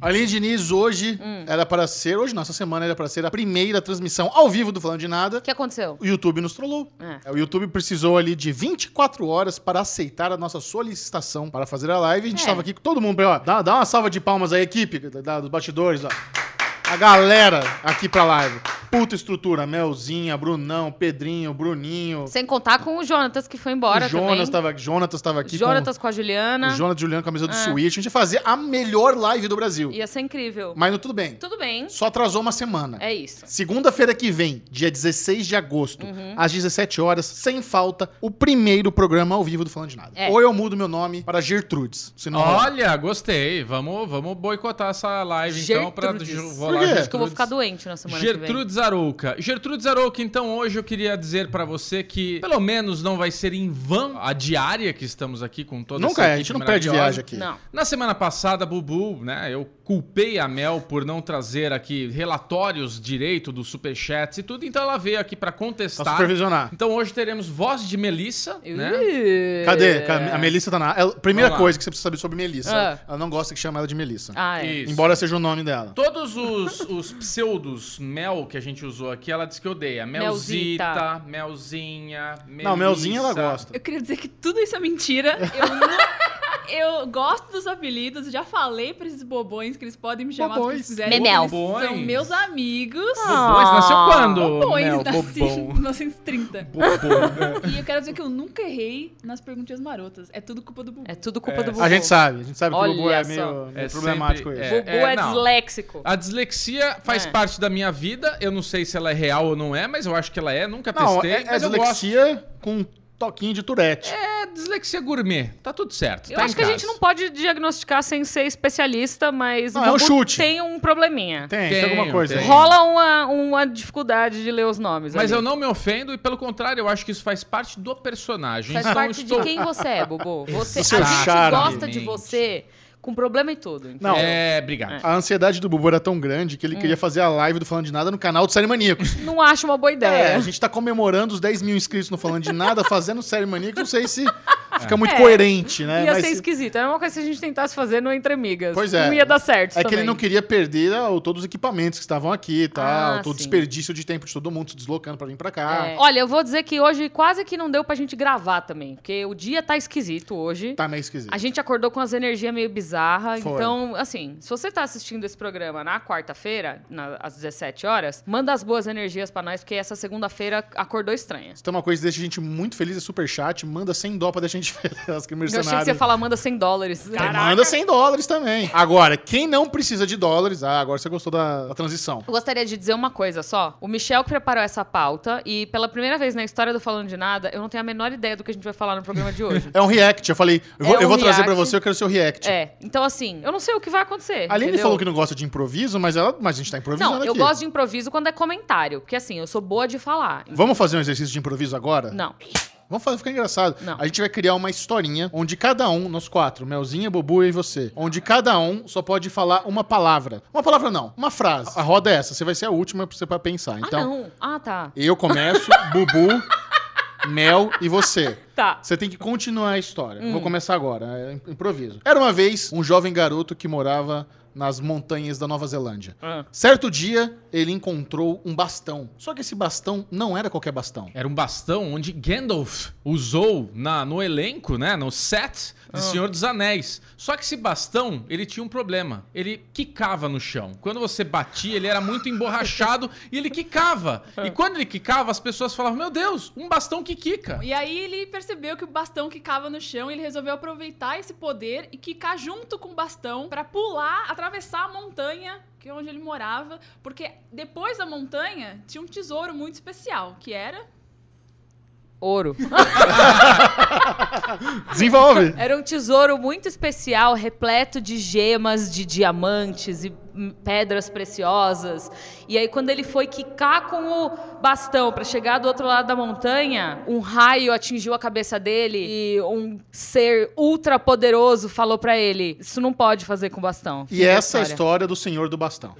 A Aline Diniz hoje Hum. era para ser, hoje não, essa semana era para ser a primeira transmissão ao vivo do Falando de Nada. O que aconteceu? O YouTube nos trollou. É. O YouTube precisou ali de 24 horas para aceitar a nossa solicitação para fazer a live. A gente É. estava aqui com todo mundo. pra- Ó, dá, dá uma salva de palmas aí, equipe da- da- dos bastidores. Ó. A galera aqui pra live. Puta estrutura. Melzinha, Brunão, Pedrinho, Bruninho. Sem contar com o Jonatas, que foi embora o Jonas também. Ah. estava Jonatas estava aqui Jonatas com a com o Juliana. Jonas Juliano, camisa do Switch. A gente ia fazer a melhor live do Brasil. Ia ser incrível. Mas não tudo bem. Tudo bem. Só atrasou uma semana. É isso. Segunda-feira que vem, dia 16 de agosto, Uhum. às 17 horas, sem falta, o primeiro programa ao vivo do Falando de Nada. É. Ou eu mudo meu nome para Gertrudes. é Se não Olha, gostei. Vamos, vamos boicotar essa live então pra Gertrudes. ju- vou Por lá, quê? Gertrudes. Acho que eu vou ficar doente na semana que vem. Gertrudes Arouca. Gertrudes Arouca, então hoje eu queria dizer pra você que pelo menos não vai ser em vão a diária que estamos aqui com toda nunca essa é, a equipe gente não perde maravilhosa. viagem aqui. Não. Na semana passada, Bubu, né, eu culpei a Mel por não trazer aqui relatórios direito dos superchats e tudo, então ela veio aqui pra Só Tá contestar. supervisionar. Então hoje teremos voz de Melissa, né? Ih. Cadê? A Melissa tá na. ela- primeira Vamos lá. coisa que você precisa saber sobre Melissa. Ah. Ela não gosta que chama ela de Melissa. Ah, é. Isso. Embora seja o nome dela. Todos os, os pseudos Mel que a gente usou aqui, ela disse que odeia. Melzita, Melzinha, Melissa. Não, Melzinha ela gosta. Eu queria dizer que tudo isso é mentira. Eu, não- eu gosto dos apelidos, já falei pra esses bobões que eles podem me chamar do que Bobões. eles quiserem. Memel. Eles são Bobões. meus amigos. Bobões nasceu Ah, quando? Mel, Bobões, bobão. nasci nasci nos 30. Bobão. E eu quero dizer que eu nunca errei nas perguntinhas marotas. É tudo culpa do Bubu. É tudo culpa do Bubu. A gente sabe, a gente sabe que o Bubu Olha é só. meio, meio É problemático sempre- isso. Bubu É, é, não. Ah, disléxico. A dislexia faz É. parte da minha vida. Eu não sei se ela é real ou não é, mas eu acho que ela é. Nunca Não, testei, é, é mas eu gosto. dislexia com um toquinho de Tourette. É dislexia gourmet. Tá tudo certo. Eu tá acho em que a casa. gente não pode diagnosticar sem ser especialista, mas Não, é um Bubu chute. tem um probleminha. Tem, tem, Tem, alguma coisa. tem. aí. Rola uma, uma dificuldade de ler os nomes. Mas ali. eu não me ofendo e, pelo contrário, eu acho que isso faz parte do personagem. Faz Então parte estou- de quem você é, Bubu. Você, a Seu gente charme. gosta de você com problema e tudo. entendeu? Não. É, obrigado. A ansiedade do Bubu era tão grande que ele É. queria fazer a live do Falando de Nada no canal do Série Maníacos. Não acho uma boa É, ideia. a gente tá comemorando os 10 mil inscritos no Falando de Nada, fazendo Série Maníacos. Não sei se fica muito coerente, né? É. ia Mas ser esquisito. Era uma coisa que se a gente tentasse fazer no Entre Amigas. Pois é. Não ia dar certo É que ele também. não queria perder ah, o- todos os equipamentos que estavam aqui e tal. Ah, todo o sim. desperdício de tempo de todo mundo se deslocando pra vir pra cá. É. Olha, eu vou dizer que hoje quase que não deu pra gente gravar também. Porque o dia tá esquisito hoje. Tá meio esquisito. A gente acordou com as energias meio bizarras. Foi. Então, assim, se você tá assistindo esse programa na quarta-feira, na- às 17 horas, manda as boas energias pra nós, porque essa segunda-feira acordou estranha. Se tem é uma coisa que deixa a gente muito feliz, é superchat. Manda 100 dó pra deixar a gente feliz. Nossa, que Eu achei que você ia mercenário. falar, manda 100 dólares. É, Manda 100 dólares também. Agora, quem não precisa de dólares... Ah, agora você gostou da, da transição. Eu gostaria de dizer uma coisa só. O Michel que preparou essa pauta e pela primeira vez na história do Falando de Nada, eu não tenho a menor ideia do que a gente vai falar no programa de hoje. É um react. Eu falei, eu É vou, eu um vou trazer react. pra você, eu quero seu react. é, então assim, eu não sei o que vai acontecer. A Aline entendeu? falou que não gosta de improviso, mas, ela, mas a gente tá improvisando Não, aqui. eu gosto de improviso quando é comentário, porque assim, eu sou boa de falar. Vamos fazer um exercício de improviso agora? Não. Vamos fazer, ficar engraçado. Não. A gente vai criar uma historinha onde cada um, nós quatro, Melzinha, Bubu e você, onde cada um só pode falar uma palavra. Uma palavra não, uma frase. A roda é essa, você vai ser a última pra você pra pensar. ah, Então, não. Ah, tá. eu começo, Bubu, Mel e você. Tá. Você tem que continuar a história. Vou começar agora, é im- improviso. Era uma vez um jovem garoto que morava nas montanhas da Nova Zelândia. Ah. Certo dia, ele encontrou um bastão. Só que esse bastão não era qualquer bastão. Era um bastão onde Gandalf usou na, no elenco, né? No set Ah. de Senhor dos Anéis. Só que esse bastão, ele tinha um problema. Ele quicava no chão. Quando você batia, ele era muito emborrachado e ele quicava. E quando ele quicava, as pessoas falavam: Meu Deus, um bastão que quica. E aí ele percebeu que o bastão quicava no chão e ele resolveu aproveitar esse poder e quicar junto com o bastão pra pular, atravessar a montanha, que é onde ele morava, porque depois da montanha tinha um tesouro muito especial, que era Ouro. Desenvolve! Era um tesouro muito especial, repleto de gemas, de diamantes e hum, pedras preciosas. E aí, quando ele foi quicar com o bastão pra chegar do outro lado da montanha, um raio atingiu a cabeça dele e um ser ultra poderoso falou pra ele: Isso não pode fazer com o bastão. Fim E da essa é a história do Senhor do Bastão.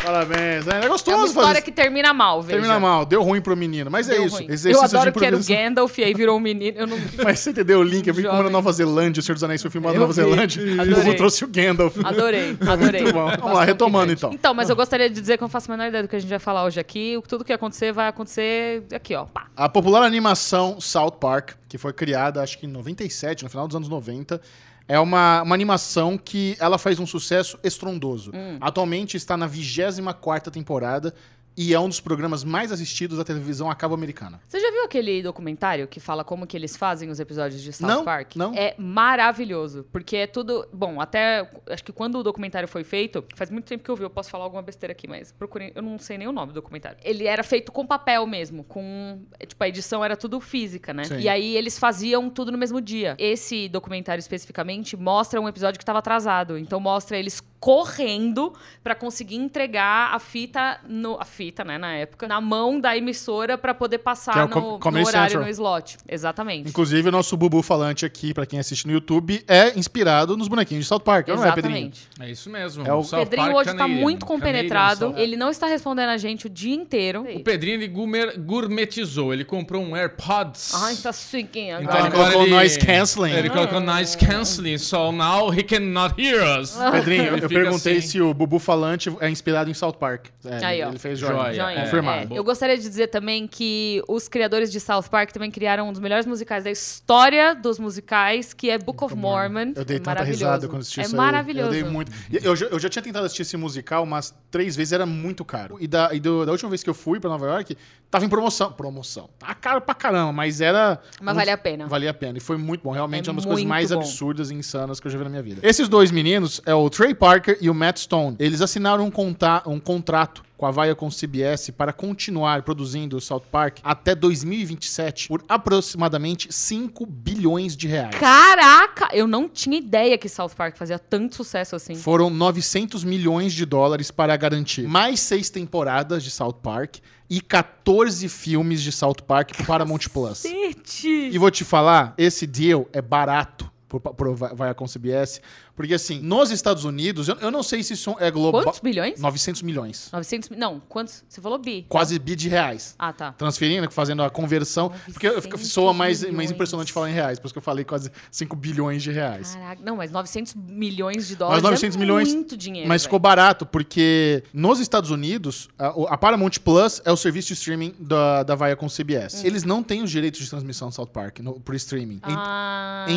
Parabéns. É, é É uma gostoso história fazer. que termina mal, velho. Termina mal, deu ruim pro menino. Mas é isso. Eu Exercício de adoro que era o improvisação. Gandalf e aí virou um menino. Eu não... Mas você entendeu o link? Eu vi como na Jovem. Nova Zelândia, o Senhor dos Anéis foi filmado Eu na Nova vi. Zelândia. O povo Adorei. trouxe o Gandalf. Adorei, adorei. Muito bom. Vamos lá, Bastante retomando grande. então. Então, mas eu gostaria de dizer que eu não faço a menor ideia do que a gente vai falar hoje aqui. O- Tudo que acontecer vai acontecer aqui, ó. Pá. A popular animação South Park, que foi criada acho que em 97, no final dos anos 90, é uma, uma animação que ela faz um sucesso estrondoso. Hum. Atualmente está na 24ª temporada e é um dos programas mais assistidos da televisão a cabo americana. Você já viu aquele documentário que fala como que eles fazem os episódios de South Não, Park? não. É maravilhoso, porque é tudo... Bom, até... Acho que quando o documentário foi feito... Faz muito tempo que eu vi, eu posso falar alguma besteira aqui, mas procurei... Eu não sei nem o nome do documentário. Ele era feito com papel mesmo, com... é, Tipo, a edição era tudo física, né? Sim. E aí eles faziam tudo no mesmo dia. Esse documentário, especificamente, mostra um episódio que tava atrasado. Então, mostra eles correndo pra conseguir entregar a fita, no, a fita, né, na época, na mão da emissora pra poder passar Que é o no, Com- tá no Comedy horário Central. no slot. Exatamente. Inclusive, o nosso Bubu falante aqui, pra quem assiste no YouTube, é inspirado nos bonequinhos de South Park, não é, Pedrinho? Exatamente. É isso mesmo. É o- O South Pedrinho Park hoje tá Canadian- muito Canadian compenetrado. South Park. Ele não está respondendo a gente o dia inteiro. É O Pedrinho ele gourmet- gourmetizou, ele comprou um AirPods. Ai, tá suquinha. Então ele colocou noise canceling. Ele colocou noise canceling, so now he cannot hear us. Pedrinho, eu Ele fica perguntei assim. se o Bubu falante é inspirado em South Park. É, Aí, ó. Ele fez joia. Joia. Joinha. É, Confirmado. É. Eu gostaria de dizer também que os criadores de South Park também criaram um dos melhores musicais da história dos musicais, que é Book of Mormon. Eu dei É tanta maravilhoso. risada quando assisti É isso aí. maravilhoso. Eu dei muito. E Eu, já- eu já tinha tentado assistir esse musical umas três vezes, era muito caro. E, da, e do- da última vez que eu fui pra Nova York, tava em promoção. Promoção. Tá caro pra caramba, mas era. Mas um- vale a pena. Valia a pena. E foi muito bom. Realmente é, É uma das coisas muito mais bom. absurdas e insanas que eu já vi na minha vida. Esses dois meninos é o Trey Parker e o Matt Stone. Eles assinaram um, conta- um contrato com a Viacom CBS para continuar produzindo o South Park até 2027 por aproximadamente 5 bilhões de reais. Caraca! Eu não tinha ideia que South Park fazia tanto sucesso assim. Foram 900 milhões de dólares para garantir mais seis temporadas de South Park e 14 filmes de South Park para Paramount Plus. Cacete! E vou te falar, esse deal é barato pro, pro Vi- Viacom CBS, porque assim, nos Estados Unidos, eu, eu não sei se isso é global... Quantos bilhões? 900 milhões. 900 mil- Não, quantos? Você falou bi. Quase bi de reais. Ah, tá. Transferindo, fazendo a conversão. Porque eu fico- 900 soa mais, mais milhões. impressionante falar em reais, por isso que eu falei quase 5 bilhões de reais. Caraca, não, mas 900 milhões de dólares 900 é milhões, muito dinheiro. Mas ficou velho. barato, porque nos Estados Unidos, a, o- a Paramount Plus é o serviço de streaming da, da Viacom Hum. CBS. Eles não têm os direitos de transmissão do South Park no, pro streaming. Em- Em, Ai.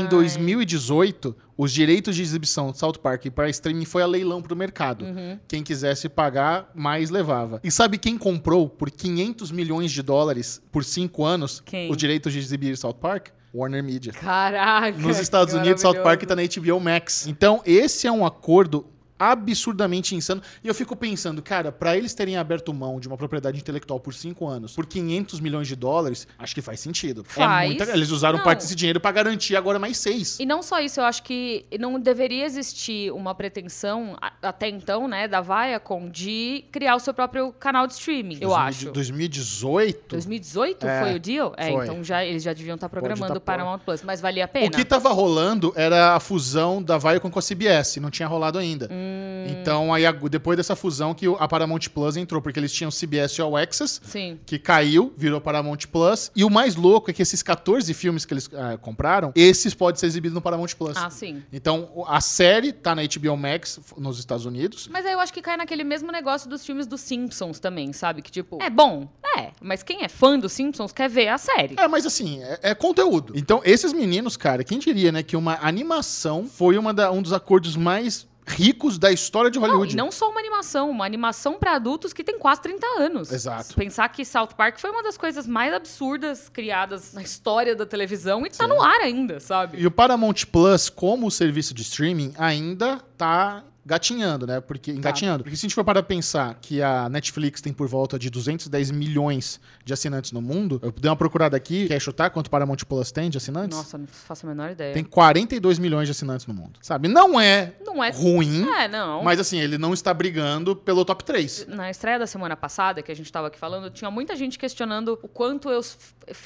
2018, os direitos de exibição do South Park para streaming foi a leilão pro mercado. Uhum. Quem quisesse pagar, mais levava. E sabe quem comprou por 500 milhões de dólares por cinco anos Quem? os direitos de exibir South Park? Warner Media. Caraca! Nos que Estados Unidos, South Park maravilhoso. tá na HBO Max. Então, esse é um acordo absurdamente insano. E eu fico pensando, cara, pra eles terem aberto mão de uma propriedade intelectual por cinco anos, por 500 milhões de dólares, acho que faz sentido. Faz. É muita... Eles usaram Não. parte desse dinheiro pra garantir agora mais seis. E não só isso, eu acho que não deveria existir uma pretensão, a- até então, né, da Viacom, de criar o seu próprio canal de streaming, eu acho. 2018. 2018 É, foi o deal? É, foi. então já, eles já deviam estar programando tá o Paramount Plus, mas valia a O pena. que tava rolando era a fusão da Viacom com a CBS, não tinha rolado ainda. Hum. Então, aí, ag- depois dessa fusão que o- a Paramount Plus entrou, porque eles tinham CBS All Access, Sim. que caiu, virou Paramount Plus. E o mais louco é que esses 14 filmes que eles ah, compraram, esses podem ser exibidos no Paramount Plus. Ah, sim. Então, o- a série tá na HBO Max f- nos Estados Unidos. Mas aí eu acho que cai naquele mesmo negócio dos filmes dos Simpsons também, sabe? Que tipo, é bom, é, mas quem é fã dos Simpsons quer ver a série. É, mas assim, é, é conteúdo. Então, esses meninos, cara, quem diria, né, que uma animação foi uma da- um dos acordos mais ricos da história de Não, Hollywood. e não só uma animação, uma animação pra adultos que tem quase 30 anos. Exato. Se pensar que South Park foi uma das coisas mais absurdas criadas na história da televisão e tá no ar ainda, sabe? E o Paramount Plus, como serviço de streaming, ainda tá gatinhando, né? Porque Tá. engatinhando. Porque se a gente for para pensar que a Netflix tem por volta de 210 milhões de assinantes no mundo, eu dei uma procurada aqui, quer chutar quanto o Paramount Plus tem de assinantes? Nossa, é. não faço a menor ideia. Tem 42 milhões de assinantes no mundo. Sabe? Não é Não é. ruim, É, não. mas assim, ele não está brigando pelo top 3. Na estreia da semana passada, que a gente tava aqui falando, tinha muita gente questionando o quanto eu s-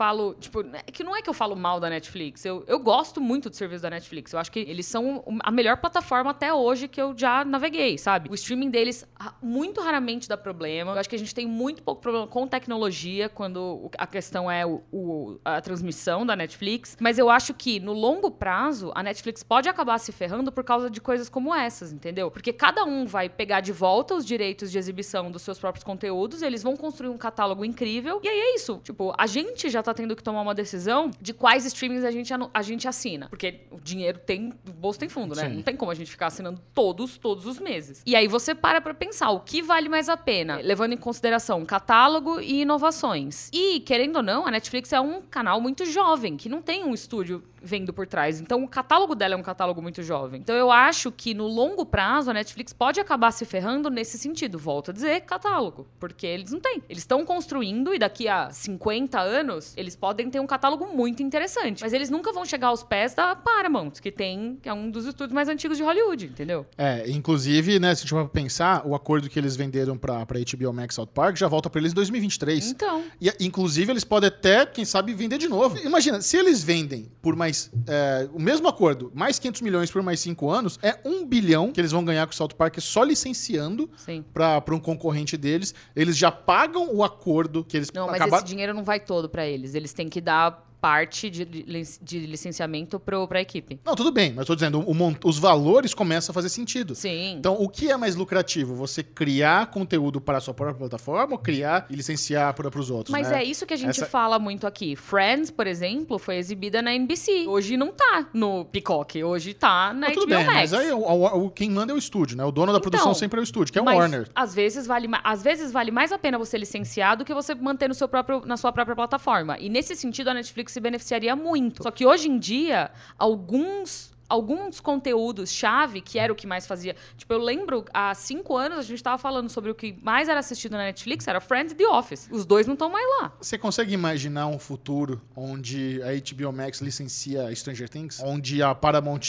falo. Tipo, né, que não é que eu falo mal da Netflix. Eu, eu gosto muito do serviço da Netflix. Eu acho que eles são um- a melhor plataforma até hoje que eu já já naveguei, sabe? O streaming deles ra- muito raramente dá problema. Eu acho que a gente tem muito pouco problema com tecnologia quando o- a questão é o- o- a transmissão da Netflix. Mas eu acho que no longo prazo a Netflix pode acabar se ferrando por causa de coisas como essas, entendeu? Porque cada um vai pegar de volta os direitos de exibição dos seus próprios conteúdos, eles vão construir um catálogo incrível. E aí é isso. Tipo, a gente já tá tendo que tomar uma decisão de quais streamings a gente, anu- a gente assina. Porque o dinheiro tem. O bolso tem fundo, né? Sim. Não tem como a gente ficar assinando todos, todos os meses. E aí você para pra pensar o que vale mais a pena, levando em consideração catálogo e inovações. E, querendo ou não, a Netflix é um canal muito jovem, que não tem um estúdio vendo por trás. Então, o catálogo dela é um catálogo muito jovem. Então, eu acho que no longo prazo, a Netflix pode acabar se ferrando nesse sentido. Volto a dizer, catálogo. Porque eles não têm. Eles estão construindo e daqui a 50 anos, eles podem ter um catálogo muito interessante. Mas eles nunca vão chegar aos pés da Paramount, que tem que é um dos estúdios mais antigos de Hollywood, entendeu? É, inclusive, né, se a gente for pensar, o acordo que eles venderam pra, pra HBO Max South Park já volta pra eles em 2023. Então. E, inclusive, eles podem até, quem sabe, vender de novo. Imagina, se eles vendem por mais. é, o mesmo acordo, mais 500 milhões por mais 5 anos, é 1 bilhão que eles vão ganhar com o South Park só licenciando Sim. pra pra um concorrente deles. Eles já pagam o acordo que eles Não, mas acabaram. esse dinheiro não vai todo pra eles. Eles têm que dar parte de, li- de licenciamento pro, pra equipe. Não, tudo bem, mas tô dizendo, o mon- os valores começam a fazer sentido. Sim. Então, o que é mais lucrativo? Você criar conteúdo para a sua própria plataforma ou criar e licenciar para os outros? Mas é isso que a gente né, Essa- fala muito aqui. Friends, por exemplo, foi exibida na NBC. Hoje não tá no Peacock, hoje tá na Mas HBO tudo bem, Max. mas aí o, o- o- quem manda é o estúdio, né? O dono da Então, produção sempre é o estúdio, que é o Mas Warner. Às vezes, vale, ma- às vezes vale mais a pena você licenciar do que você manter no seu próprio, na sua própria plataforma. E nesse sentido, a Netflix se beneficiaria muito. Só que hoje em dia, alguns. Alguns conteúdos-chave, que era o que mais fazia. Tipo, eu lembro, há cinco anos, a gente tava falando sobre o que mais era assistido na Netflix, era Friends e The Office. Os dois não estão mais lá. Você consegue imaginar um futuro onde a HBO Max licencia Stranger Things? Onde a Paramount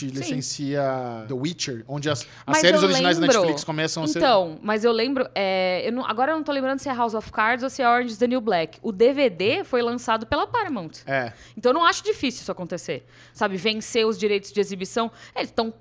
licencia The Witcher? Onde as, as Mas séries eu originais da lembro. Netflix começam a ser... Então, mas eu lembro. é, eu não- agora eu não tô lembrando se é House of Cards ou se é Orange is the New Black. O DVD foi lançado pela Paramount. É, Então eu não acho difícil isso acontecer. Sabe, vencer os direitos de exibição. É, Eles estão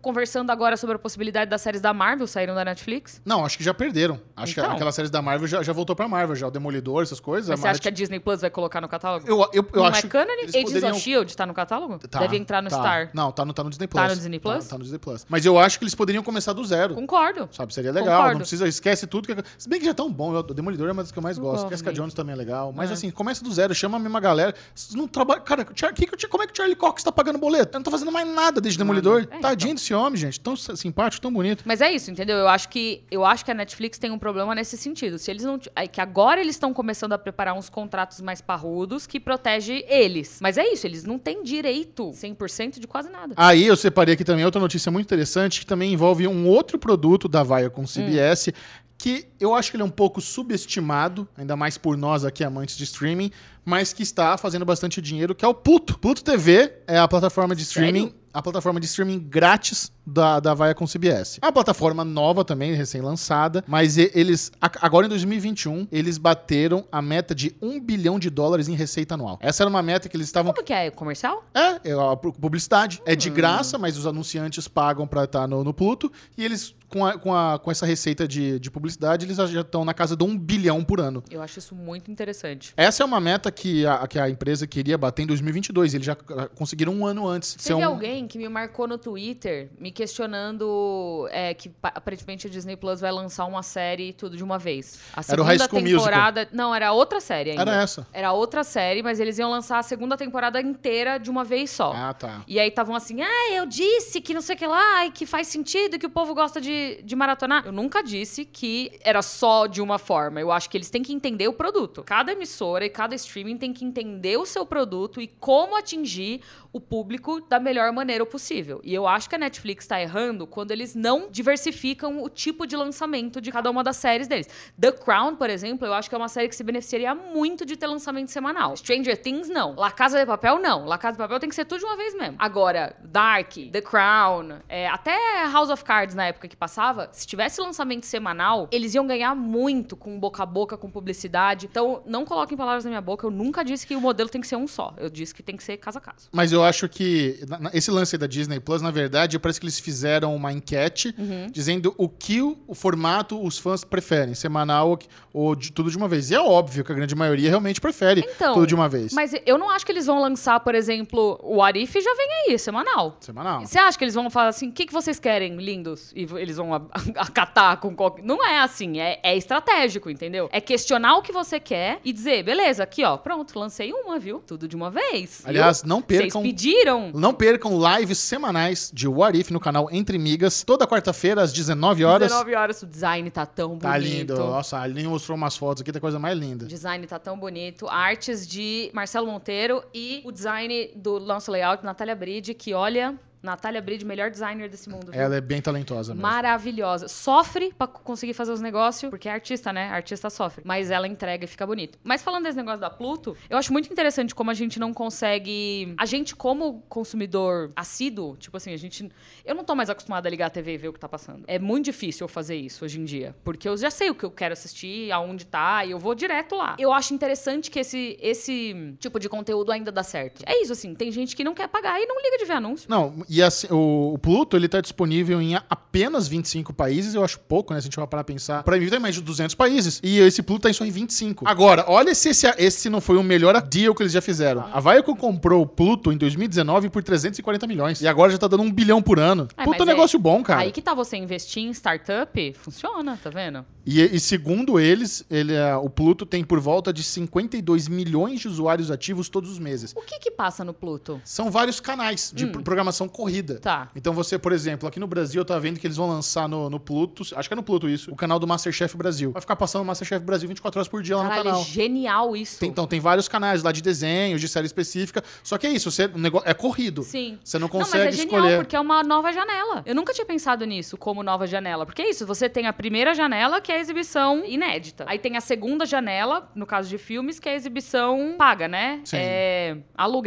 conversando agora sobre a possibilidade das séries da Marvel saírem da Netflix. não, acho que já perderam. Acho que Então. aquelas séries da Marvel já, já voltou pra Marvel, já o Demolidor, essas coisas. Mas a você acha que a Marvel- Disney Plus vai colocar no catálogo? Eu, eu, eu não acho é Canary? eles Agents poderiam- of Shield tá no catálogo? Tá, Deve entrar no tá. Star. Não, tá no, tá no Disney Plus. Tá no Disney Plus? Tá, tá no Disney Plus. Mas eu acho que eles poderiam começar do zero. Concordo. Sabe, seria legal, Concordo. não precisa, esquece tudo. Que, se bem que já é tão bom, eu- o Demolidor é uma das que eu mais Eu gosto. gosto Jessica mesmo. Jones também é legal. Mas assim, começa do zero, chama a mesma galera. Vocês Não trabalha, cara, Char- que que o Char- como é que o Charlie Cox tá pagando boleto? Eu não tô fazendo mais nada desde Demolidor. É, Tadinho desse homem, gente. Tão s- simpático, tão bonito. Mas é isso, entendeu? Eu acho que eu acho que a Netflix tem um problema nesse sentido. Se eles não, ti- é que agora eles estão começando a preparar uns contratos mais parrudos que protege eles. Mas é isso, eles não têm direito 100% de quase nada. Aí eu separei aqui também outra notícia muito interessante que também envolve um outro produto da Viacom CBS que eu acho que ele é um pouco subestimado, ainda mais por nós aqui amantes de streaming, mas que está fazendo bastante dinheiro, que é o Pluto. Pluto TV é a plataforma de streaming, a plataforma de streaming grátis da, da Viacom CBS. É uma plataforma nova também, recém-lançada, mas e- eles, a- agora em 2021, eles bateram a meta de 1 bilhão de dólares em receita anual. Essa era uma meta que eles estavam Como que é? Comercial? é, é a pu- publicidade. É de graça, mas os anunciantes pagam pra estar no, no Pluto. E eles, com, a- com, a- com essa receita de, de publicidade, eles já estão na casa de um bilhão por ano. Eu acho isso muito interessante. Essa é uma meta que a, que a empresa queria bater em 2022. Eles já ah, conseguiram um ano antes. Isso é Teve um- alguém que me marcou no Twitter me questionando é, que pa- aparentemente o Disney Plus vai lançar uma série tudo de uma vez. A Era o High segunda School temporada. Não, era outra série ainda. Era essa. Era outra série, mas eles iam lançar a segunda temporada inteira de uma vez só. Ah, tá. E aí estavam assim, ah, eu disse que não sei o que lá, e que faz sentido, que o povo gosta de, de maratonar. Eu nunca disse que era só de uma forma. Eu acho que eles têm que entender o produto. Cada emissora e cada streaming tem que entender o seu produto e como atingir o público da melhor maneira possível. E eu acho que a Netflix tá errando quando eles não diversificam o tipo de lançamento de cada uma das séries deles. The Crown, por exemplo, eu acho que é uma série que se beneficiaria muito de ter lançamento semanal. Stranger Things, não. La Casa de Papel, não. La Casa de Papel tem que ser tudo de uma vez mesmo. Agora, Dark, The Crown, é, até House of Cards na época que passava, se tivesse lançamento semanal, eles iam ganhar muito com boca a boca, com publicidade. Então, não coloquem palavras na minha boca. Eu nunca disse que o modelo tem que ser um só. Eu disse que tem que ser caso a caso. Mas eu acho que na- na- esse lance aí da Disney Plus, na verdade, parece que eles eles fizeram uma enquete Uhum. dizendo o que o, o formato os fãs preferem, semanal ou, ou de tudo de uma vez. E é óbvio que a grande maioria realmente prefere Então, tudo de uma vez. Mas eu não acho que eles vão lançar, por exemplo, o Arif já vem aí, semanal. Semanal. Você acha que eles vão falar assim, o que, que vocês querem, lindos? E v- eles vão a- acatar com qualquer... Não é assim, é, é estratégico, entendeu? É questionar o que você quer e dizer, beleza, aqui ó, pronto, lancei uma, viu? Tudo de uma vez. viu? Aliás, não Vocês percam pediram. Não percam lives semanais de What If no canal Entre Migas, toda quarta-feira às 19 horas. 19 horas, o design tá tão bonito. Tá lindo. Nossa, a Aline mostrou umas fotos aqui, tá coisa mais linda. O design tá tão bonito. Artes de Marcelo Monteiro e o design do nosso layout, Natália Bride, que olha, Natália Bride, melhor designer desse mundo. viu? Ela é bem talentosa mesmo. Maravilhosa. Sofre pra co- conseguir fazer os negócios, porque é artista, né? Artista sofre. Mas ela entrega e fica bonito. Mas falando desse negócio da Pluto, eu acho muito interessante como a gente não consegue. A gente, como consumidor assíduo, tipo assim, a gente. Eu não tô mais acostumada a ligar a TV e ver o que tá passando. É muito difícil eu fazer isso hoje em dia, porque eu já sei o que eu quero assistir, aonde tá, e eu vou direto lá. Eu acho interessante que esse, esse tipo de conteúdo ainda dá certo. É isso, assim. Tem gente que não quer pagar e não liga de ver anúncio. Não, e assim, o, o Pluto, ele tá disponível em a- apenas 25 países, eu acho pouco, né? Se a gente for parar pra pensar. Pra mim, tem mais de 200 países. E esse Pluto tá em só em 25. Agora, olha se esse, esse não foi o melhor deal que eles já fizeram. Ah. A Viacom comprou o Pluto em 2019 por 340 milhões. E agora já tá dando um bilhão por ano. É, Puta mas negócio bom, cara. Aí que tá você investir em startup, funciona, tá vendo? E, e segundo eles, ele, é- o Pluto tem por volta de 52 milhões de usuários ativos todos os meses. O que que passa no Pluto? São vários canais de pro- programação corrida. Hum. Tá. Então você, por exemplo, aqui no Brasil, eu tava vendo que eles vão lançar no, no Pluto, acho que é no Pluto isso, o canal do Masterchef Brasil. Vai ficar passando Masterchef Brasil 24 horas por dia lá no Caralho, é canal. genial isso. Tem- então, tem vários canais lá de desenhos, de série específica. Só que é isso, você, o negócio, é corrido. Sim. Você não mas consegue é genial, escolher. porque é uma nova janela. Eu nunca tinha pensado nisso como nova janela. Porque é isso, você tem a primeira janela, que é a exibição inédita. Aí tem a segunda janela, no caso de filmes, que é a exibição paga, né? Sim. É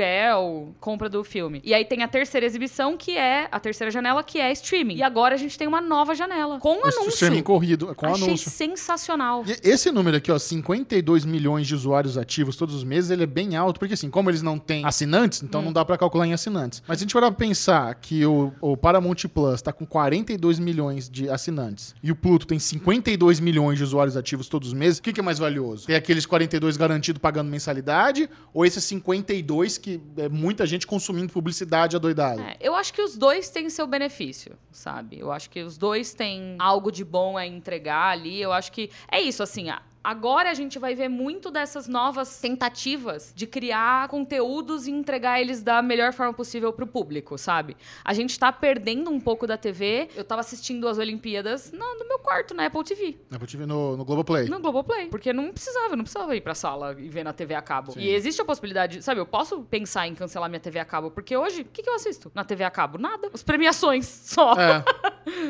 aluguel, compra do filme. E aí tem a terceira exibição, que é a terceira janela, que é streaming. E agora a gente tem uma nova janela. Com O streaming é um anúncio. corrido, com Achei anúncio. sensacional. E esse número aqui, ó, 52 milhões de usuários ativos todos os meses, ele é bem alto, porque assim, como eles não têm assinantes, então Hum. não dá pra calcular em assinantes. Mas se a gente for pensar que o, o Paramount Plus tá com 42 milhões de assinantes e o Pluto tem 52 milhões de usuários ativos todos os meses, o que, que é mais valioso? Tem aqueles 42 garantidos pagando mensalidade ou esses 52 que é muita gente consumindo publicidade adoidada? É, eu acho que os dois têm seu benefício, sabe? Eu acho que os dois têm algo de bom a entregar ali. Eu acho que é isso, assim. a- Agora a gente vai ver muito dessas novas tentativas de criar conteúdos e entregar eles da melhor forma possível pro público, sabe? A gente tá perdendo um pouco da TV. Eu tava assistindo as Olimpíadas no, no meu quarto, na Apple TV. Na Apple TV, no, no Globoplay. No Globoplay. Porque não precisava, eu não precisava ir pra sala e ver na TV a cabo. Sim. E existe a possibilidade, sabe, eu posso pensar em cancelar minha TV a cabo, porque hoje, o que, que eu assisto? Na TV a cabo? Nada. As premiações só. É,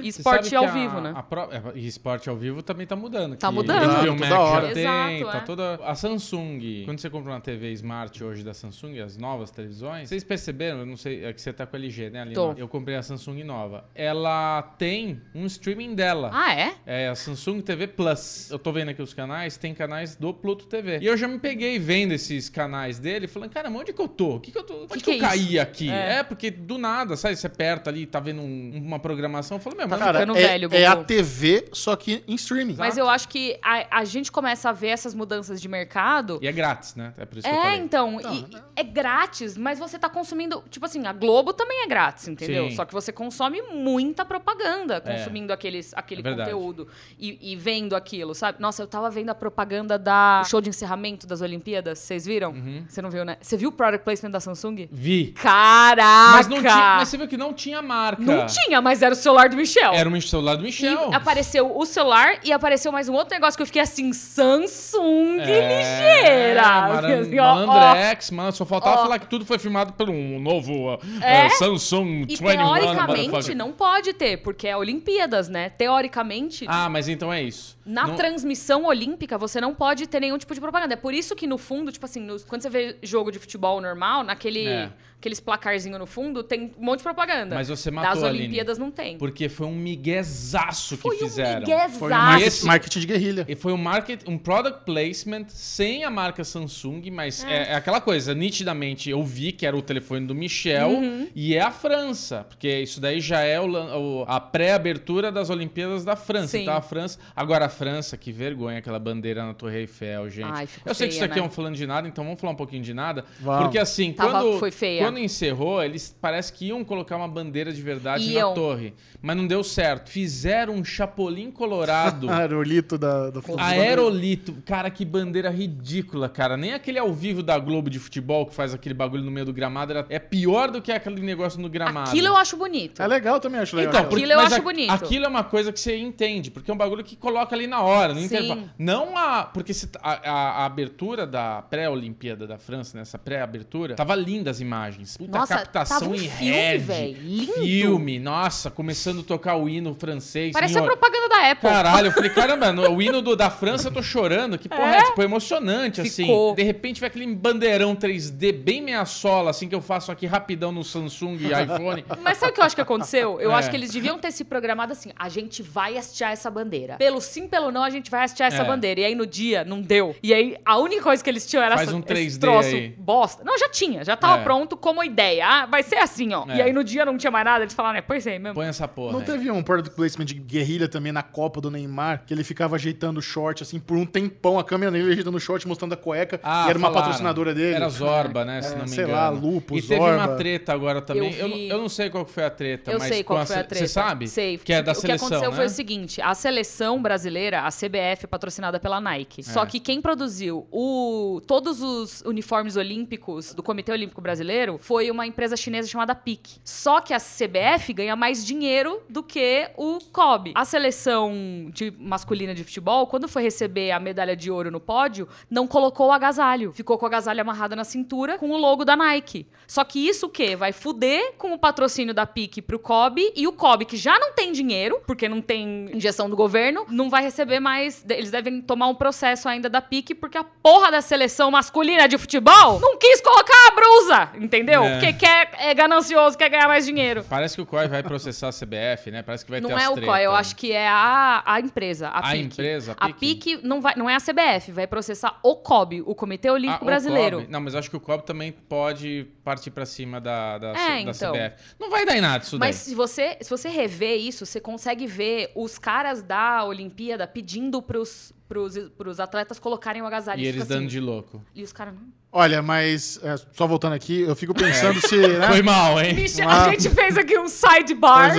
E Você esporte sabe ao que a- vivo, né? a pró- é, e esporte ao vivo também tá mudando. Tá que mudando. o Tá, Filmac toda hora. já tem, Exato, tá é. toda... A Samsung, quando você compra uma TV Smart hoje da Samsung, as novas televisões, vocês perceberam, eu não sei, é que você tá com a LG, né, Aline? Tô. Eu comprei a Samsung nova. Ela tem um streaming dela. Ah, é? É a Samsung TV Plus. Eu tô vendo aqui os canais, tem canais do Pluto TV. E eu já me peguei vendo esses canais dele, falando, cara, onde que eu tô? O que que eu tô? Onde que, que eu é caí aqui? É. É. porque do nada, sabe? Você aperta ali, tá vendo um- uma programação, fala, meu, mas cara, Tá ficando é, velho, é a Gugu. TV, só que em streaming. Mas eu acho que a, a gente começa a ver essas mudanças de mercado. E é grátis, né? É por isso que eu É, falei. então, Não, e- né? é grátis, mas você tá consumindo. Tipo assim, a Globo também é grátis, entendeu? Sim. Só que você consome muita propaganda consumindo aqueles, É aquele verdade. conteúdo e, e vendo aquilo, sabe? Nossa, eu tava vendo a propaganda da o show de encerramento das Olimpíadas, vocês viram? Uhum. Você não viu, né? Você viu o product placement da Samsung? Vi. Caraca! Mas, não tinha, mas você viu que não tinha marca. Não tinha, mas era o celular do Michel. Era o celular do E Michel. apareceu o celular e apareceu mais um outro negócio que eu fiquei assim, Samsung É, ligeira. maran- Assim, ó, ó. Malandrex, mano, só faltava falar que tudo foi filmado por um novo uh, É? uh, Samsung E 21. teoricamente motherfucker. não pode ter, porque é Olimpíadas, né? Teoricamente, Ah, mas então é isso. na Não- transmissão olímpica, você não pode ter nenhum tipo de propaganda. É por isso que, no fundo, tipo assim, nos- quando você vê jogo de futebol normal, naquele. É. aqueles placarzinhos no fundo, tem um monte de propaganda. Mas você matou, Das Aline. Olimpíadas não tem. Porque foi um miguezaço que Foi um fizeram. miguezaço. Foi Ah, Market- esse- Marketing de guerrilha. E foi um market, um product placement sem a marca Samsung, mas Ah. é, é aquela coisa, nitidamente eu vi que era o telefone do Michel Uhum. e é a França, porque isso daí já é o lan- o- a pré-abertura das Olimpíadas da França. Sim. Então a França, agora a França, que vergonha aquela bandeira na Torre Eiffel, gente. Ai, ficou eu sei que feia, isso aqui é né? um falando de nada, então vamos falar um pouquinho de nada, Vamos. porque assim, Tava- quando foi feia. quando é encerrou, eles parece que iam colocar uma bandeira de verdade Iam. na torre, mas não deu certo. Fizeram um chapolim colorado. Aerolito da, um. da futebol. Aerolito, cara, que bandeira ridícula, cara. Nem aquele ao vivo da Globo de futebol que faz aquele bagulho no meio do gramado era- é pior do que aquele negócio no gramado. Aquilo eu acho bonito. É legal também, acho legal. Então, aquela. por- porque- Aquilo eu mas acho bonito. Aquilo é uma coisa que você entende, porque é um bagulho que coloca ali na hora, no Sim. intervalo. Não a. Porque se- a, a- a abertura da pré-Olimpíada da França, nessa pré-abertura, tava linda as imagens. Puta Nossa, captação tava um em filme, red. velho, lindo. Filme, nossa, começando a tocar o hino francês. Parece em a hor- propaganda da Apple. Caralho, eu falei, caramba, no- o hino do- da França eu tô chorando. Que porra é? Tipo, emocionante, Ficou. assim. De repente vai aquele bandeirão 3D bem meia sola, assim, que eu faço aqui rapidão no Samsung e iPhone. Mas sabe o que eu acho que aconteceu? Eu É. acho que eles deviam ter se programado assim: a gente vai hastear essa bandeira. Pelo sim, pelo não, a gente vai hastear essa É. bandeira. E aí no dia não deu. E aí a única coisa que eles tinham era Faz essa- um esse 3D troço aí. bosta. Não, já tinha, já tava É. pronto como ideia. Ah, vai ser assim, ó. É. E aí no dia não tinha mais nada, eles falaram, é, pois é mesmo. Põe essa porra. né? é. Não aí. teve um product placement de guerrilha também na Copa do Neymar, que ele ficava ajeitando o short, assim, por um tempão, a câmera nele ajeitando o short, mostrando a cueca, e era uma Ah, falaram. patrocinadora dele. Era Zorba, né? Se É, não me sei engano. lá, Lupus, E teve Zorba. uma treta agora também. Eu Eu, vi. eu não sei qual que foi a treta, Eu mas sei qual com foi a treta. Você sabe? Sei. Tipo, Que é da o que seleção, aconteceu né? foi o seguinte, a seleção brasileira, a CBF, é patrocinada pela Nike. Só que quem produziu o, todos os uniformes olímpicos do Comitê Olímpico Brasileiro foi uma empresa chinesa chamada PIC. Só que a CBF ganha mais dinheiro do que o COB. A seleção de masculina de futebol, quando foi receber a medalha de ouro no pódio, não colocou o agasalho. Ficou com o agasalho amarrado na cintura com o logo da Nike. Só que isso o quê? Vai fuder com o patrocínio da PIC pro COB e o COB, que já não tem dinheiro, porque não tem injeção do governo, não vai receber mais. de- Eles devem tomar um processo ainda da PIC, porque a porra da seleção masculina de futebol não quis colocar a brusa, entendeu? É. Porque quer, é ganancioso, quer ganhar mais dinheiro. Parece que o COI vai processar a CBF, né? Parece que vai ter Não as é o treta. né? COI, eu acho que é a, a empresa, a, A PIC. empresa, a a PIC? PIC não, vai, não é a CBF, vai processar o COB, o Comitê Olímpico Ah, o Brasileiro. COB. Não, mas eu acho que o COB também pode partir pra cima da, da, É, da então. CBF. Não vai dar em nada isso Mas daí. se você, se você rever isso, você consegue ver os caras da Olimpíada pedindo pros, pros, pros atletas colocarem o agasalho. E Fica eles assim, dando de louco. E os caras não. Olha, mas é, só voltando aqui, eu fico pensando se. né? É. Foi mal, hein? Bicho, Ah. a gente fez aqui um sidebar. Pois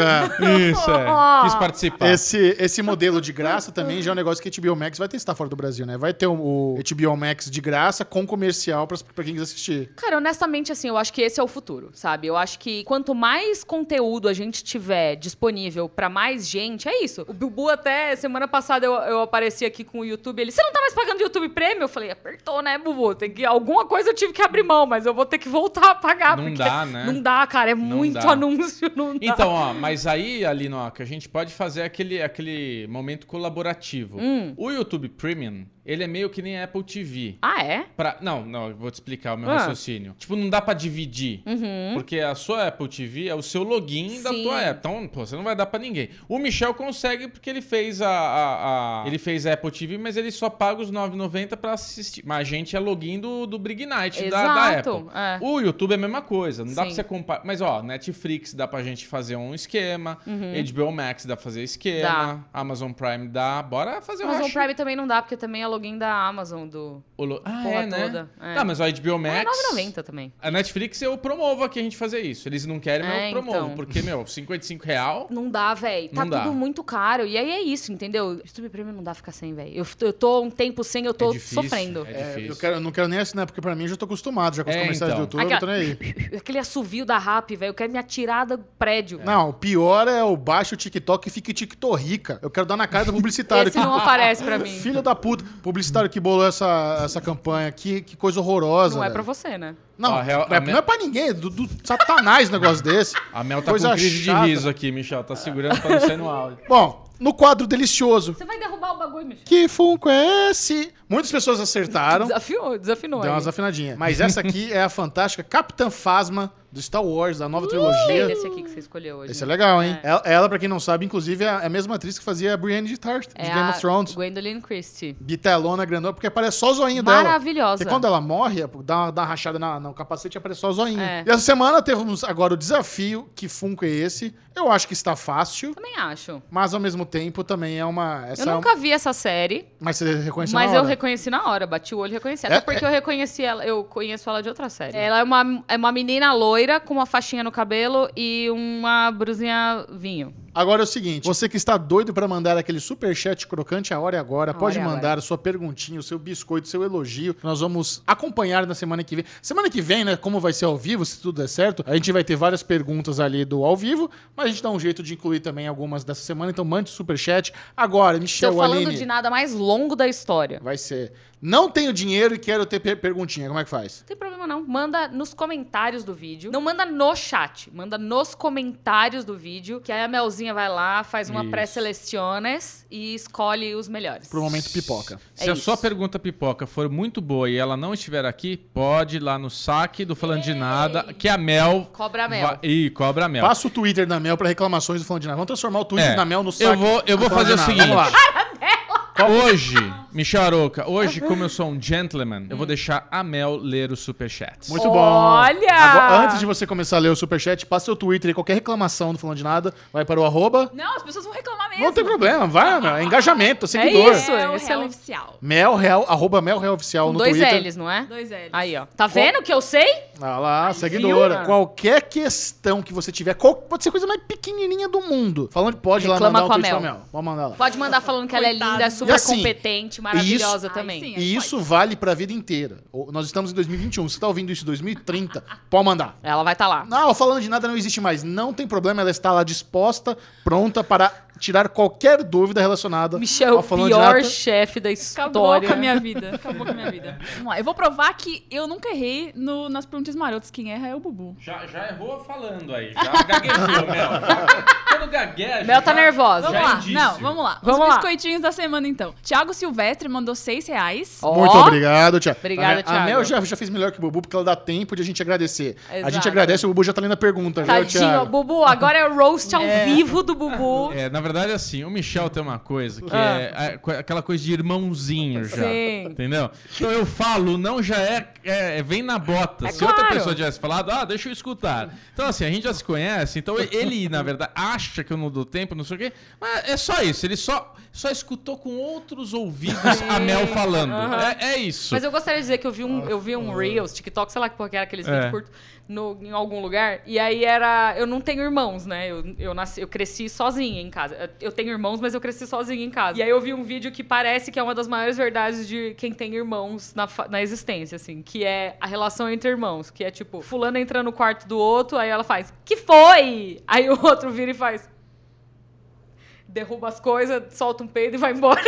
é. Isso, é. Quis participar. Esse, esse modelo de graça também já é um negócio que a HBO Max vai testar fora do Brasil, né? Vai ter o, o HBO Max de graça com comercial pra, pra quem quiser assistir. Cara, honestamente, assim, eu acho que esse é o futuro, sabe? Eu acho que quanto mais conteúdo a gente tiver disponível pra mais gente, é isso. O Bubu até semana passada eu, eu apareci aqui com o YouTube, ele, você não tá mais pagando YouTube Premium? Eu falei, apertou, né, Bubu? Tem que, alguma coisa eu tive que abrir mão, mas eu vou ter que voltar a pagar. Não Ah, porque dá, né? Não dá, cara, é muito dá. anúncio, não dá. Então, ó, mas aí, Alinoca, a gente pode fazer aquele, aquele momento colaborativo. Hum. O YouTube Premium, ele é meio que nem a Apple TV. Ah, é? Pra- Não, não, eu vou te explicar o meu Ah. Hum? raciocínio. Tipo, não dá pra dividir. Uhum. Porque a sua Apple TV é o seu login da Sim. tua Apple. Então, pô, você não vai dar pra ninguém. O Michel consegue porque ele fez a, a- a- Ele fez a Apple TV, mas ele só paga os 9,90 pra assistir. Mas a gente é login do, do Brig Night da, da Exato, Apple. é. O YouTube é a mesma coisa. Não dá pra Sim. você comparar. Mas, ó, Netflix dá pra gente fazer um esquema. Uhum. HBO Max dá pra fazer esquema. Amazon Prime dá. Bora fazer o Amazon resto. Prime também não dá, porque também é login da Amazon, do... O lo- Ah, Porra é, né? toda, é. Tá, mas o HBO É Max... 9,90 também. A Netflix eu promovo aqui a gente fazer isso. Eles não querem, mas É, eu promovo. então. Porque, meu, 55 real. Não dá, velho. Tá Não dá. tudo muito caro. E aí é isso, entendeu? YouTube Premium não dá ficar sem, velho. Eu, eu tô um tempo sem, eu tô é difícil, sofrendo. É É, difícil. eu, quero- eu não quero nem assinar, porque pra mim eu já tô acostumado já com os É, comerciais do então. YouTube, eu não tô nem aí. Aquele assovio da rap, velho. Eu quero me atirar do prédio. é Não, o pior é o baixo TikTok e fique TikTorrica. Eu quero dar na cara do publicitário. Esse não aparece pra mim. Filho da puta, publicitário que bolou essa, essa campanha, que, que coisa horrorosa. Não é velho. pra você, né? Não, Ó, real- não é, a me- não é pra ninguém, é do, do satanás um negócio desse. A Mel tá Coisa com crise chata. de riso aqui, Michel. Tá segurando pra não sair no áudio. Bom, no quadro delicioso, Você vai derrubar o bagulho, Michel. que funko é esse? Muitas pessoas acertaram. Desafiou, desafinou. Ah, Deu ele. umas afinadinhas. Mas essa aqui é a fantástica Capitã Phasma do Star Wars, da nova Gostei trilogia. desse aqui que você escolheu hoje. Esse é legal, hein? Ela, ela, pra quem não sabe, inclusive, é a mesma atriz que fazia a Brienne de Tart, de É Game of a Thrones. Gwendoline Christie. Bitelona, grandona, porque aparece só o zoinho dela. Maravilhosa. Porque quando ela morre, é, dá uma, dá uma rachada na- no capacete e aparece só o zoinho. É. E essa semana temos agora o desafio, que funko é esse. Eu acho que está fácil, Também acho. mas ao mesmo tempo também é uma... Essa Eu é nunca vi essa série, uma- Mas você reconheceu mas na eu hora. reconheci na hora, bati o olho e reconheci. É- Até porque eu reconheci ela, eu conheço ela de outra série. Ela é uma, é uma menina loira com uma faixinha no cabelo e uma brusinha vinho. Agora é o seguinte, você que está doido para mandar aquele superchat crocante a hora e agora, A pode hora e mandar a sua perguntinha, o seu biscoito, o seu elogio. Nós vamos acompanhar na semana que vem. Semana que vem, né, como vai ser ao vivo, se tudo der certo, a gente vai ter várias perguntas ali do ao vivo, mas a gente dá um jeito de incluir também algumas dessa semana, então mande superchat agora, Estou Michel falando Aline. de nada mais longo da história. Vai ser. Não tenho dinheiro e quero ter per- perguntinha. Como é que faz? Não tem problema não. Manda nos comentários do vídeo. Não manda no chat, manda nos comentários do vídeo, que aí a Melzinha vai lá, faz uma Isso. pré-seleciones e escolhe os melhores. Pro um momento pipoca. Se É a sua isso. pergunta pipoca for muito boa e ela não estiver aqui, pode ir lá no saque do Falando de Nada, que a Mel. Cobra a Mel. vai- Ih, cobra a Mel. Passa o Twitter da Mel para reclamações do Falando de Nada. Vamos transformar o Twitter É. da Mel no Eu saco. vou- eu vou fazer o seguinte. Vamos lá. Hoje, Michel Aroca, hoje, como eu sou um gentleman, eu vou deixar a Mel ler o superchat. Muito bom. Olha! Agora, antes de você começar a ler o superchat, passa seu Twitter e qualquer reclamação do Falando de Nada, vai para o arroba. Não, as pessoas vão reclamar mesmo. Não tem problema, vai, meu. É engajamento, seguidor. isso. É o Esse é Real o- oficial. Mel Real, arroba Mel Real Oficial Com no dois Twitter. L's, não é? Dois L's. Aí, ó. Tá vendo que eu sei? Ah lá, seguidora. viu? Qualquer questão que você tiver, qual- pode ser a coisa mais pequenininha do mundo. Falando, pode ir lá Reclama mandar um com a tweet pra Mel. Mel. Vamos mandar lá. Pode mandar falando que ela é Coitada. linda, é super assim, competente, maravilhosa isso- também. Ai, sim. E isso vale pra vida inteira. O- Nós estamos em 2021. Você tá ouvindo isso em 2030? Pode mandar. Ela vai estar lá. Não, falando de nada não existe mais. Não tem problema, ela está lá disposta, pronta para tirar qualquer dúvida relacionada Michel, ao o falando pior de nada. chefe da Acabou história. com a minha vida. Acabou com a minha vida. Vamos lá, eu vou provar que eu nunca errei no- nas perguntas marotas. Quem erra é o Bubu. Já, já errou falando aí. Já gaguejou, Mel. Quando gagueja. Mel tá já- nervosa. Vamos já é lá. indício. Não, vamos lá. Vamos Os lá. biscoitinhos da semana, então. Tiago Silvestre mandou seis reais. Ó, Muito obrigado, Tiago. Obrigada, A Thiago. Mel já, já fez melhor que o Bubu, porque ela dá tempo de a gente agradecer. A gente Exato. agradece, o Bubu já tá lendo a pergunta. já, Tadinho, Thiago. Bubu, agora é roast ao vivo do Bubu. É, na verdade, assim, o Michel tem uma coisa que Ah. é, a- co- aquela coisa de irmãozinho já. Sim. Entendeu? Então eu falo, não já é. é- é- vem na bota. É Se outra claro. pessoa tivesse falado, ah, deixa eu escutar. Então, assim, a gente já se conhece. Então ele, na verdade, acha que eu não dou tempo, não sei o quê. Mas é só isso. Ele só, só escutou com outros ouvidos a Mel falando. É, é isso. Mas eu gostaria de dizer que eu vi um, eu vi um Reels, TikTok, sei lá que porra que era aqueles É. vídeos curtos no- em algum lugar. E aí era. Eu não tenho irmãos, né? Eu, eu, nasci, eu cresci sozinha em casa. Eu tenho irmãos, mas eu cresci sozinha em casa. E aí eu vi um vídeo que parece que é uma das maiores verdades de quem tem irmãos na, fa- na existência, assim, que é a relação entre irmãos. Que é tipo, fulano entra no quarto do outro, aí ela faz, que foi? Aí o outro vira e faz. Derruba as coisas, solta um peido e vai embora.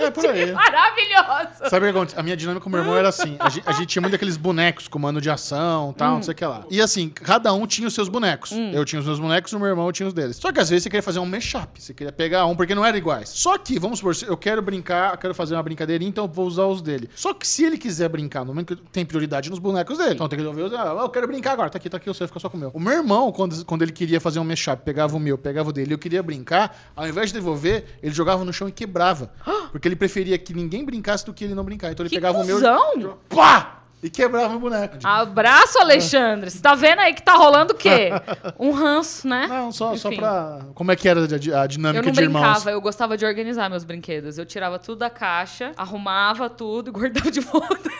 É por aí. Maravilhoso! Sabe o que acontece? A minha dinâmica com meu irmão era assim. A gente, a gente tinha muito aqueles bonecos, comando de ação tal, não sei o que lá. E assim, cada um tinha os seus bonecos. Eu tinha os meus bonecos e o meu irmão tinha os deles. Só que às vezes você queria fazer um mashup. Você queria pegar um, porque não eram iguais. Só que, vamos supor, se eu quero brincar, eu quero fazer uma brincadeirinha, então eu vou usar os dele. Só que se ele quiser brincar, no momento que tem prioridade nos bonecos dele. Então tem que resolver usar. Ah, eu quero brincar agora. Tá aqui, tá aqui, você fica só com o meu. O meu irmão, quando, quando ele queria fazer um mashup, pegava o meu, pegava o dele, eu queria brincar, ao invés de devolver, ele jogava no chão e quebrava. Porque ele preferia que ninguém brincasse do que ele não brincar. Então ele Que pegava o meu cuzão! Ah, pá! E quebrava o boneco. Abraço, Alexandre. Você tá vendo aí que tá rolando o quê? Um ranço, né? Não, só, só Enfim. pra. Como é que era a di- a Eu dinâmica não de irmãos? brincava, eu gostava de organizar meus brinquedos. Eu tirava tudo da caixa, arrumava tudo e guardava de volta.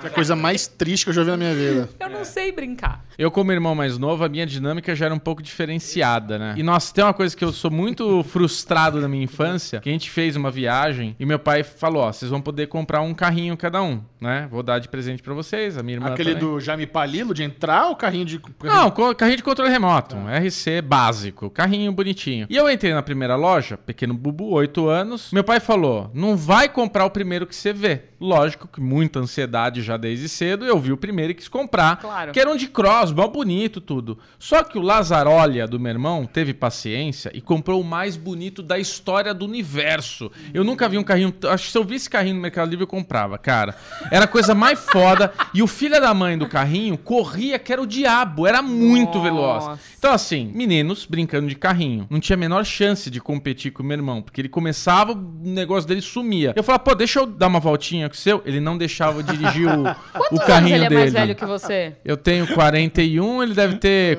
Que é a coisa mais triste que eu já vi na minha vida. Eu não sei brincar. Eu, como irmão mais novo, a minha dinâmica já era um pouco diferenciada, né? E nossa, tem uma coisa que eu sou muito frustrado na minha infância, que a gente fez uma viagem e meu pai falou, ó, vocês vão poder comprar um carrinho cada um, né? Vou dar de presente pra vocês, a minha irmã Aquele também. do Jaime Palilo, de entrar o carrinho de. Não, co- carrinho de controle remoto, um RC básico, carrinho bonitinho. E eu entrei na primeira loja, pequeno bubu, 8 anos. Meu pai falou: "Não vai comprar o primeiro que você vê". Lógico que muita ansiedade já desde cedo, eu vi o primeiro e quis comprar, Claro. que era um de cross Osborn, bonito tudo. Só que o Lazarolia do meu irmão teve paciência e comprou o mais bonito da história do universo. Eu nunca vi um carrinho. Acho que se eu vi esse carrinho no Mercado Livre, eu comprava, cara. Era a coisa mais foda. E o filho da mãe do carrinho corria que era o diabo. Era muito Nossa. veloz. Então, assim, meninos brincando de carrinho. Não tinha a menor chance de competir com o meu irmão, porque ele começava, o negócio dele sumia. Eu falava, pô, deixa eu dar uma voltinha com o seu. Ele não deixava eu dirigir o, o Quantos anos carrinho ele é dele. mais velho que você? Eu tenho 41, ele deve ter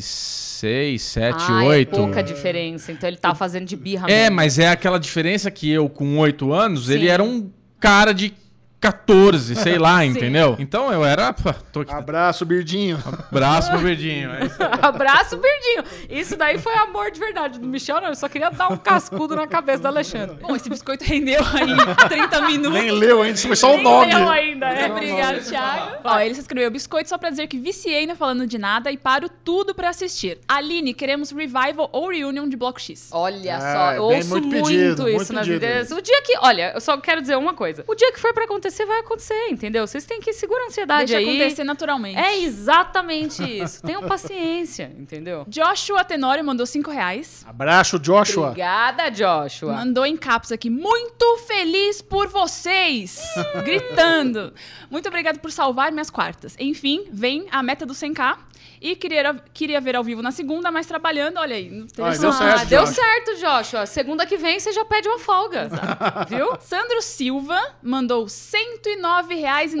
46, 7, Hum. Ah, 8. É pouca diferença. Então ele tava fazendo de birra É, mesmo. mas é aquela diferença que eu, com 8 anos, ele Sim. era um cara de 14, sei lá, Sim. entendeu? Então eu era. pô, Tô aqui. Abraço, Birdinho. Braço pro verdinho. é isso. Abraço, Birdinho. Isso daí foi amor de verdade. Do Michel, não. Eu só queria dar um cascudo na cabeça do Alexandre. Bom, esse biscoito rendeu aí 30 minutos. Nem leu ainda, isso foi só o Nem nome. leu ainda, é. Obrigada, Thiago. Ó, ele se escreveu biscoito só pra dizer que viciei não falando de nada e paro tudo pra assistir. Aline, queremos revival ou reunion de Bloco X. Olha É, só, bem eu ouço muito muito, pedido, isso muito nas pedido ideias. isso. O dia que, olha, eu só quero dizer uma coisa. O dia que for pra acontecer, vai acontecer, entendeu? Vocês têm que segurar a ansiedade Deixa aí. acontecer naturalmente. É exatamente isso. Tenham paciência, entendeu? Joshua Tenório mandou 5 reais. Abraço, Joshua. Obrigada, Joshua. Mandou em capos aqui. Muito feliz por vocês! Gritando. Muito obrigado por salvar minhas quartas. Enfim, vem a meta do 100k. E queria, queria ver ao vivo na segunda, mas trabalhando, olha aí. não teve Ai, essa- Deu certo, Ah, deu Joshua. certo, Joshua. Segunda que vem você já pede uma folga, viu? Sandro Silva mandou R$ 109,90.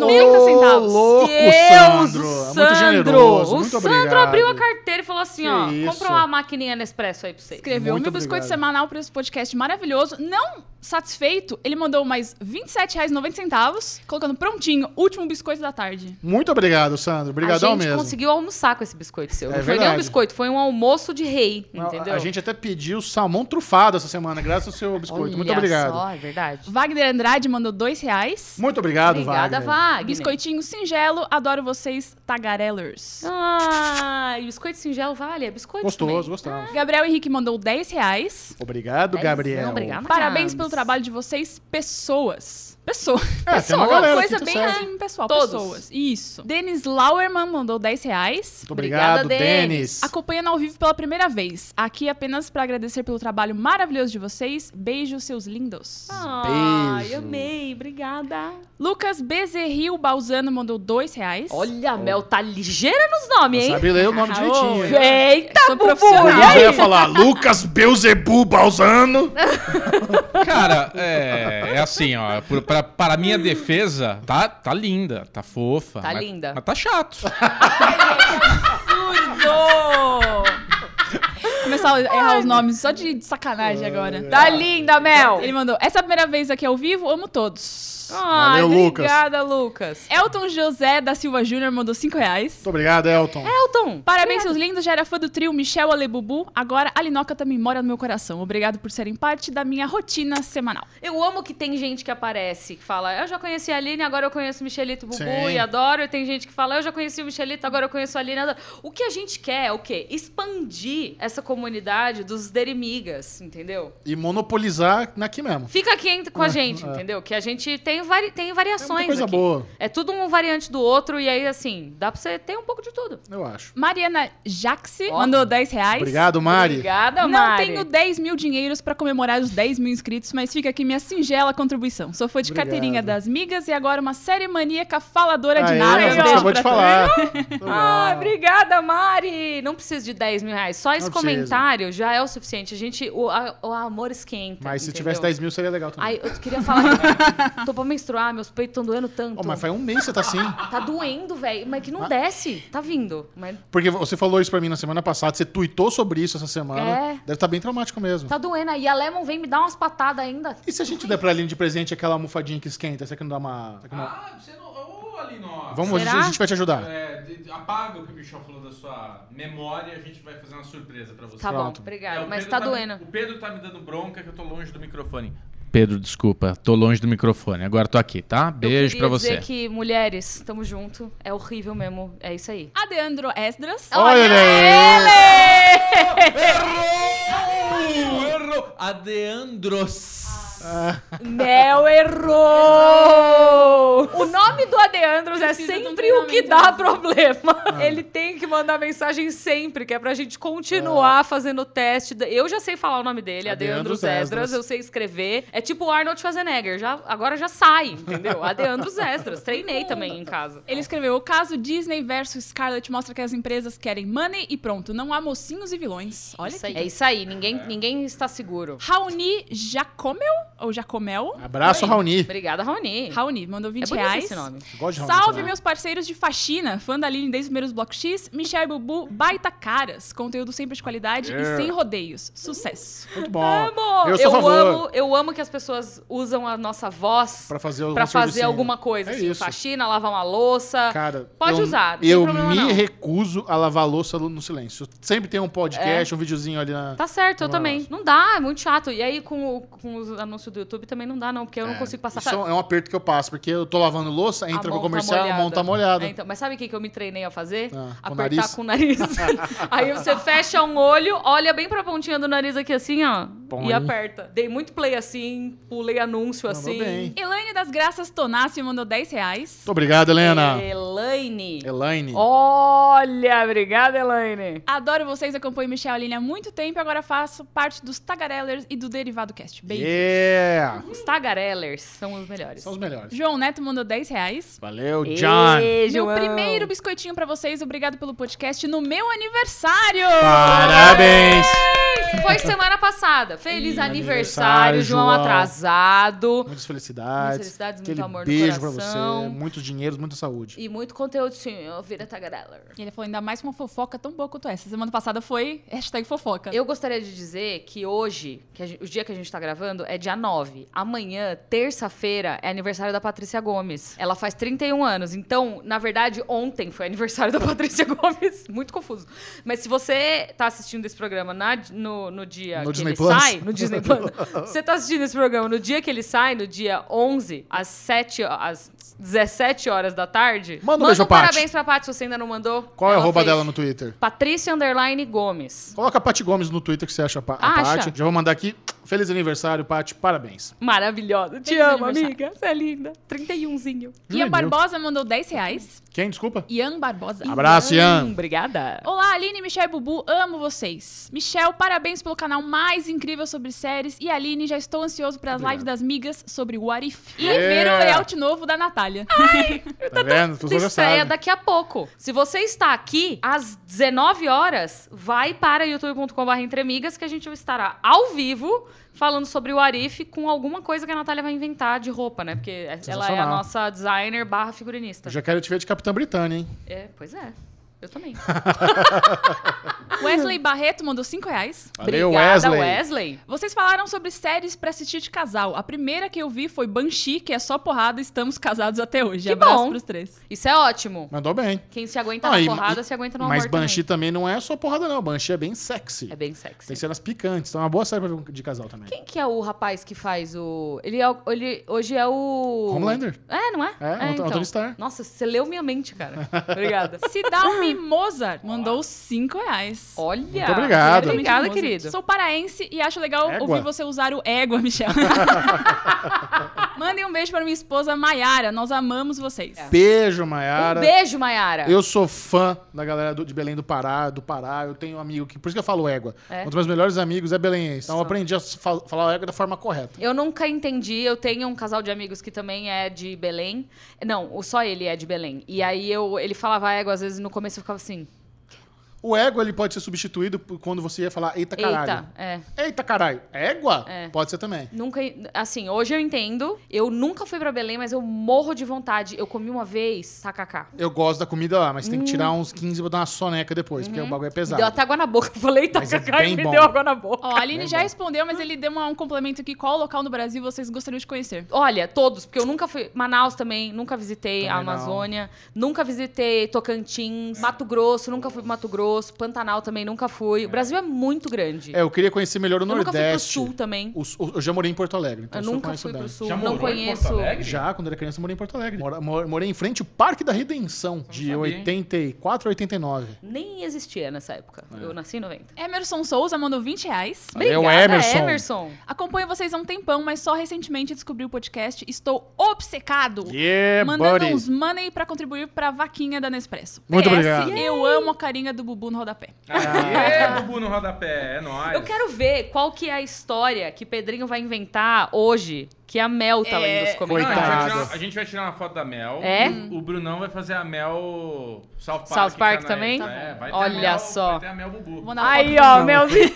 Ô, louco, Sandro. É muito generoso. O muito Sandro obrigado. abriu a carteira e falou assim, Que ó, isso. compra uma maquininha Nespresso aí pra vocês. Escreveu Muito meu biscoito obrigado. semanal para esse podcast maravilhoso. Não satisfeito, ele mandou mais R$ 27,90, colocando prontinho, último biscoito da tarde. Muito obrigado, Sandro. a Obrigadão gente mesmo. conseguiu almoçar com esse biscoito seu. É não foi nem um verdade. biscoito, foi um almoço de rei, A- entendeu? A gente até pediu salmão trufado essa semana, graças ao seu biscoito. muito Olha obrigado. Só, é verdade. Wagner Andrade mandou R$ reais. Muito obrigado, Obrigada, Wagner. Wagner. Biscoitinho singelo, adoro vocês, tagarelers. Ah, e biscoito singelo vale, é biscoito Gostoso, também. gostamos. Gabriel Henrique mandou 10 reais. Obrigado, Dezão, Gabriel. É obrigada. Parabéns Carlos. pelo trabalho de vocês, pessoas. Pessoas. É, tem uma Pessoa, galera aqui Coisa que bem segue. assim, pessoal. Todos. Pessoas. Isso. Denis Lauerman mandou 10 reais. Muito obrigado, Obrigada, Denis. Denis. Acompanhando ao vivo pela primeira vez. Aqui apenas pra agradecer pelo trabalho maravilhoso de vocês. Beijo, seus lindos. Ah. Ai, Beijo. Ah, amei, obrigada. Lucas Bezerril Balzano mandou 2 reais. Olha, a Mel tá ligeira nos nomes, hein? Sabe ler o nome Ah, direitinho. ô, hein? Eita, Sou Bubu, profissional. e Eu já aí? ia falar Lucas Beuzebu Balzano. Cara, é, é assim, ó. por- pra, para minha defesa, tá, tá linda, tá fofa. Tá mas- linda. Mas tá chato. Absurdo! Começar a errar os nomes só de sacanagem agora. Tá linda, Mel. Ele mandou, essa é a primeira vez aqui ao vivo, amo todos. Ai, Valeu, Lucas. obrigada, Lucas. Elton José da Silva Júnior mandou 5 reais. Muito obrigado, É Elton. Elton, Parabéns, seus lindos. Já era fã do trio Michel Alebubu. Agora a Linoca também mora no meu coração. Obrigado por serem parte da minha rotina semanal. Eu amo que tem gente que aparece, que fala, eu já conheci a Aline, agora eu conheço o Michelito e o Bubu Sim. e adoro. E tem gente que fala, eu já conheci o Michelito, agora eu conheço a Aline. adoro." O que a gente quer é o quê? Expandir essa comunidade dos derimigas, entendeu? E monopolizar naqui mesmo. Fica aqui entre- com a gente, entendeu? Que a gente tem, vari- tem É variações muita coisa aqui. boa, É tudo um variante do outro e aí, assim, dá pra você ter um pouco de tudo. eu acho. Mariana Jaxi Ó. mandou 10 reais. Obrigado, Mari. Obrigada, Não Mari. tenho 10 mil dinheiros pra comemorar os 10 mil inscritos, mas fica aqui minha singela contribuição. Sou fã de Obrigado. carteirinha das migas e agora uma série maníaca faladora de Aê, nada. a gente Beijo acabou pra de todos. falar. Ah, obrigada, Mari! Não precisa de 10 mil reais. Só esse Não precisa. comentário já é o suficiente. A gente, o, a- o amor esquenta. Mas se entendeu? tivesse 10 mil, seria legal também. Ai, eu queria falar que tô pra menstruar, meus peitos estão doendo tanto. Ô, mas Ah. faz um mês que você tá assim. Tá doendo, velho. Mas que não desce. Tá vindo. Mas Porque você falou isso pra mim na semana passada, você tuitou sobre isso essa semana. É. Deve estar bem traumático mesmo. tá doendo. aí. E a Lemon vem me dar umas patadas ainda. E se a gente der pra Aline de presente aquela almofadinha que esquenta? Será que não dá uma. será que não- Ah, você não. Ô, Alinó. Vamos, a gente, Será? a gente vai te ajudar. É, de- apaga o que o Michel falou da sua memória e a gente vai fazer uma surpresa pra você. Tá Pronto. bom, É, obrigada. o Mas tá Pedro doendo. O Pedro tá me dando bronca que eu tô longe do microfone. Pedro, desculpa, tô longe do microfone. Agora tô aqui, tá? Beijo eu pra queria você. dizer que, mulheres, tamo junto. É horrível mesmo. É isso aí. Adeandro Esdras. Olha ele! Errou! Errou! Adeandros. Mel errou! O nome do Deandros é Precisa de um sempre o que dá treinamento. problema. Ah. Ele tem que mandar mensagem sempre, que é pra gente continuar fazendo o teste. da- Eu já sei falar o nome dele, É a Deandros Deandros Ah. Esdras. Esdras, eu sei escrever. É tipo o Arnold Schwarzenegger, já, agora já sai, entendeu? A Deandros Esdras, treinei também em casa. Ele escreveu: O caso Disney versus Scarlett mostra que as empresas querem money e pronto, não há mocinhos e vilões. Olha Isso isso aí. É isso aí, ninguém, ninguém está seguro. Raoni Jacomel, ou Jacomel? Abraço, Raoni. Obrigada, Raoni. Raoni, mandou 20 É bonito reais. esse nome. Gosto de Raoni Salve, também. meus parceiros de faxina, fã da Aline desde os primeiros blocos X, Michel e Bubu, baita caras, conteúdo sempre de qualidade e sem rodeios. Sucesso. Muito bom. Amo! Eu sou a favor. amo, eu amo que as pessoas usam a nossa voz Pra fazer algum pra fazer servicinho. alguma coisa, É assim, isso. faxina, lavar uma louça. Cara, Pode eu, usar, não tem Eu problema me não. recuso a lavar louça no silêncio. Sempre tem um podcast, É. um videozinho ali na. Tá certo, eu Lavar também. louça. Não dá, é muito chato. E aí, com, o- com os anúncios do YouTube também não dá, não, porque eu não consigo passar. Isso é um aperto que eu passo, porque eu tô lavando louça, entra pro mão tá comercial, a mão tá molhada. É, então, mas sabe o que, que eu me treinei a fazer? Ah, com o Apertar nariz? com o nariz. aí você fecha um olho, olha bem pra pontinha do nariz aqui assim, ó. Põe. E aperta. Dei muito play assim, pulei anúncio Mandou assim. bem. Elaine das Graças Tonassi mandou 10 reais. Muito obrigado, Helena. é. Elaine. Elaine. Olha, obrigada, Elaine. Adoro vocês, acompanho Michel e Aline há muito tempo e agora faço parte dos Tagarellers e do Derivado Cast. Beijo. Yeah! Os tagarellers são os melhores. São os melhores. João Neto mandou 10 reais. Valeu, John. Ê, Meu João. primeiro biscoitinho pra vocês, obrigado pelo podcast no meu aniversário! Parabéns. Foi semana passada. Feliz Ih, aniversário, aniversário, João, João. atrasado. Muitas felicidades. Muitas felicidades, muito Aquele amor no beijo pra coração. você. Muito dinheiro, muita saúde. E muito conteúdo, sim. Eu vira tagareller. E ele falou, ainda mais com uma fofoca tão boa quanto essa. Semana passada foi hashtag fofoca. Eu gostaria de dizer que hoje, que a gente- o dia que a gente tá gravando, é dia 9. Amanhã, terça-feira, é aniversário da Patrícia Gomes. Ela faz 31 anos. Então, na verdade, ontem foi aniversário da Patrícia Gomes. Muito confuso. Mas se você tá assistindo esse programa na- no, no dia No que Disney ele Plus? sai, no Disney Plus, você tá assistindo esse programa no dia que ele sai, no dia 11, às 7, ho- às 17 horas da tarde. Manda um beijo, Paty. parabéns pra Paty, se você ainda não mandou. Qual é a Ela arroba fez. dela no Twitter? Patrícia Underline Gomes. Coloca a Paty Gomes no Twitter que você acha a, pa a Acha. Paty. Já vou mandar aqui. Feliz aniversário, Paty. Parabéns. Maravilhosa. Te Feliz amo, aniversário. amiga. Você é linda. 31zinho. Ian Juvenil. Barbosa mandou 10 reais. Quem? Desculpa. Ian Barbosa. Abraço, Hum, Ian. obrigada. Olá, Aline, Michel e Bubu, amo vocês. Michel, parabéns pelo canal mais incrível sobre séries. E Aline, já estou ansioso para as Obrigado. lives das migas sobre o What If. E Yeah. ver o layout novo da Natália. Tá vendo? Tu já Estreia sabe. é daqui a pouco. Se você está aqui às 19 horas, vai para youtube.com.br entremigas que a gente estará ao vivo falando sobre o Arif com alguma coisa que a Natália vai inventar de roupa, né? Porque ela é a Sensacional. nossa designer barra figurinista. Eu já quero te ver de Capitã Britânia, hein? É, pois é. Eu também. Wesley Barreto mandou 5 reais. Valeu, Obrigada, Wesley. Wesley. Vocês falaram sobre séries pra assistir de casal. A primeira que eu vi foi Banshee, que é só porrada, estamos casados até hoje. Que Abraço bom. pros três. Isso é ótimo. Mandou bem. Quem se aguenta Ah, e- Tá na porrada, se aguenta no amor Mas também. Banshee também. não é só porrada, não. Banshee é bem sexy. É bem sexy. Tem cenas picantes. Então é uma boa série pra ver de casal também. Quem que é o rapaz que faz o. Ele, é o- ele hoje é o. Homelander. É, não é? É, Ant- Anthony Starr. Nossa, você leu minha mente, cara. Obrigada. Sidalmi Mozart mandou 5 reais. Olha. Muito obrigado. Obrigada, Mozart. querido. Sou paraense e acho legal Égua. ouvir você usar o égua, Michel. Mandem um beijo para minha esposa Maiara. Nós amamos vocês. Beijo, Um Mayara. beijo, Mayara. Eu sou fã da galera do- de Belém do Pará, do Pará. Eu tenho um amigo que. Por isso que eu falo égua. É. Um dos meus melhores amigos é belenense. Então eu aprendi a fal- falar égua da forma correta. Eu nunca entendi. Eu tenho um casal de amigos que também é de Belém. Não, o- só ele é de Belém. E aí eu, ele falava égua, às vezes no começo eu ficava assim. O égua ele pode ser substituído por quando você ia falar eita caralho. Eita, é. Eita, caralho. Égua? É. Pode ser também. Nunca, assim, hoje eu entendo. Eu nunca fui pra Belém, mas eu morro de vontade. Eu comi uma vez, tacacá. Eu gosto da comida lá, mas tem que tirar uns 15 e botar uma soneca depois, porque o bagulho é Hum. Uhum. Me pesado. deu até água na boca. Eu falei, Mas é tacacá, e bem me bom. deu água na boca. Ó, a Aline Bem já bom. respondeu, mas ele deu uma- um complemento aqui. Qual local no Brasil vocês gostariam de conhecer? Olha, todos, porque eu nunca fui. Manaus também, nunca visitei a Também não. Amazônia, nunca visitei Tocantins, Mato Grosso, nunca fui pro Mato Grosso, Pantanal também nunca fui. O Brasil é muito grande. É, eu queria conhecer melhor o eu nunca Nordeste. fui pro Sul também. O sul- eu já morei em Porto Alegre, então Eu o sul nunca conheço fui bem. pro Sul, Já não morou em Porto conheço. Alegre? Já, quando eu era criança, eu morei em Porto Alegre. Mora- mor- morei em frente ao Parque da Redenção, de sabia, hein? 84 a 89. Nem existia nessa época. É. Eu nasci em 90. Emerson Souza mandou 20 reais. Valeu, Obrigada, Emerson. Emerson. Acompanho vocês há um tempão, mas só recentemente descobri o podcast. Estou obcecado. Yeah, mandando buddy. uns money pra contribuir pra vaquinha da Nespresso. Muito PS, obrigado. Eu amo a carinha do Bubu no rodapé. Aê, Ah. Bubu no rodapé, é nóis. Eu quero ver qual que é a história que Pedrinho vai inventar hoje, que a Mel tá lendo os Não, a, gente comentários. vai Coitada. tirar, a gente vai tirar uma foto da Mel. É? O, o Brunão vai fazer a Mel South Park. South Park Canaeta. também? É, vai ter Olha a Mel- só. Vai ter é a Mel Bubu. Vou dar uma Aí, foto ó, do Bubu. Melzinho.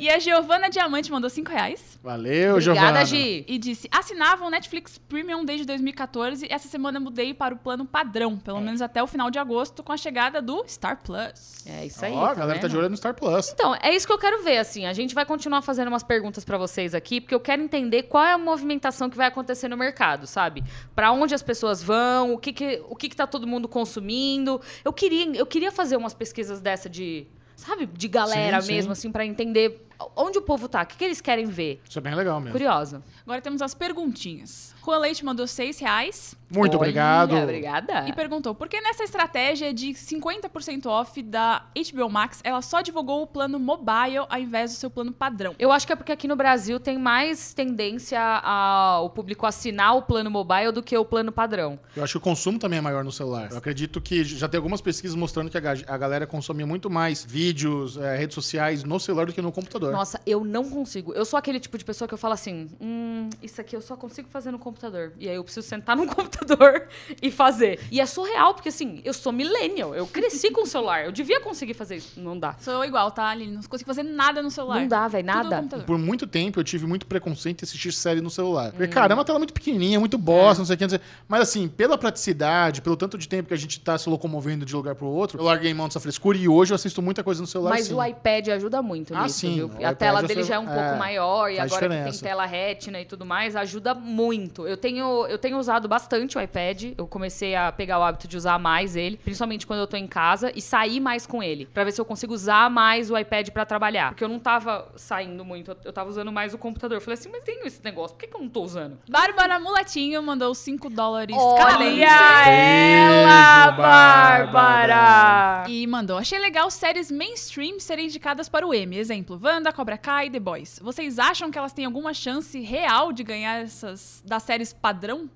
E a Giovana Diamante mandou 5 reais Valeu, Giovana. Obrigada, Gi. e disse: assinava o Netflix Premium desde 2014 e essa semana mudei para o plano padrão, É. pelo menos até o final de agosto, com a chegada do Star Plus. É isso aí. Ó, a galera vendo? tá de olho no Star Plus. Então, é isso que eu quero ver, assim. A gente vai continuar fazendo umas perguntas pra vocês aqui, porque eu quero entender qual é a movimentação que vai acontecer no mercado, sabe? Pra onde as pessoas vão, o que que, o que, que tá todo mundo consumindo. Eu queria, eu queria fazer umas pesquisas dessa de, sabe, de galera Sim, sim. mesmo, assim, pra entender onde o povo tá, o que, que eles querem ver. Isso é bem legal mesmo. Curiosa. Agora temos as perguntinhas. Juan Leite mandou 6 reais Muito Olha, obrigado. Obrigada. e perguntou: por que nessa estratégia de 50% off da HBO Max ela só divulgou o plano mobile ao invés do seu plano padrão? Eu acho que é porque aqui no Brasil tem mais tendência ao público assinar o plano mobile do que o plano padrão. Eu acho que o consumo também é maior no celular. Eu acredito que já tem algumas pesquisas mostrando que a, ga- a galera consome muito mais vídeos, eh, redes sociais no celular do que no computador. Nossa, eu não consigo. Eu sou aquele tipo de pessoa que eu falo assim: hum, isso aqui eu só consigo fazer no computador. E aí eu preciso sentar no computador e fazer. E é surreal, porque assim, eu sou millennial, eu cresci com o celular, eu devia conseguir fazer isso. Não dá. Sou igual, tá, Aline? Não consigo fazer nada no celular. Não dá, velho, Tudo no nada. computador. Por muito tempo eu tive muito preconceito em assistir série no celular. Hum. Porque, cara, é uma tela muito pequenininha, muito É. bosta, não sei o que, não sei. Mas assim, pela praticidade, pelo tanto de tempo que a gente tá se locomovendo de lugar pro outro, eu larguei mão dessa frescura e hoje eu assisto muita coisa no celular. Mas sim. o iPad ajuda muito Ah, nisso, sim, viu? o A iPad tela você- dele já é um é, pouco maior e faz agora que diferença. tem tela retina e tudo mais, ajuda muito. Eu tenho, eu tenho usado bastante o iPad, eu comecei a pegar o hábito de usar mais ele, principalmente quando eu tô em casa, e sair mais com ele, pra ver se eu consigo usar mais o iPad pra trabalhar. Porque eu não tava saindo muito, eu- eu tava usando mais o computador. Eu falei assim, mas tem esse negócio, por que, que eu não tô usando? Bárbara Mulatinho mandou 5 dólares Olha canadenses ela, Beijo, Bárbara. Bárbara! e mandou: Achei legal séries mainstream serem indicadas para o Emmy. Exemplo: Wanda, Cobra Kai e The Boys. Vocês acham que elas têm alguma chance real de ganhar essas das séries padrão?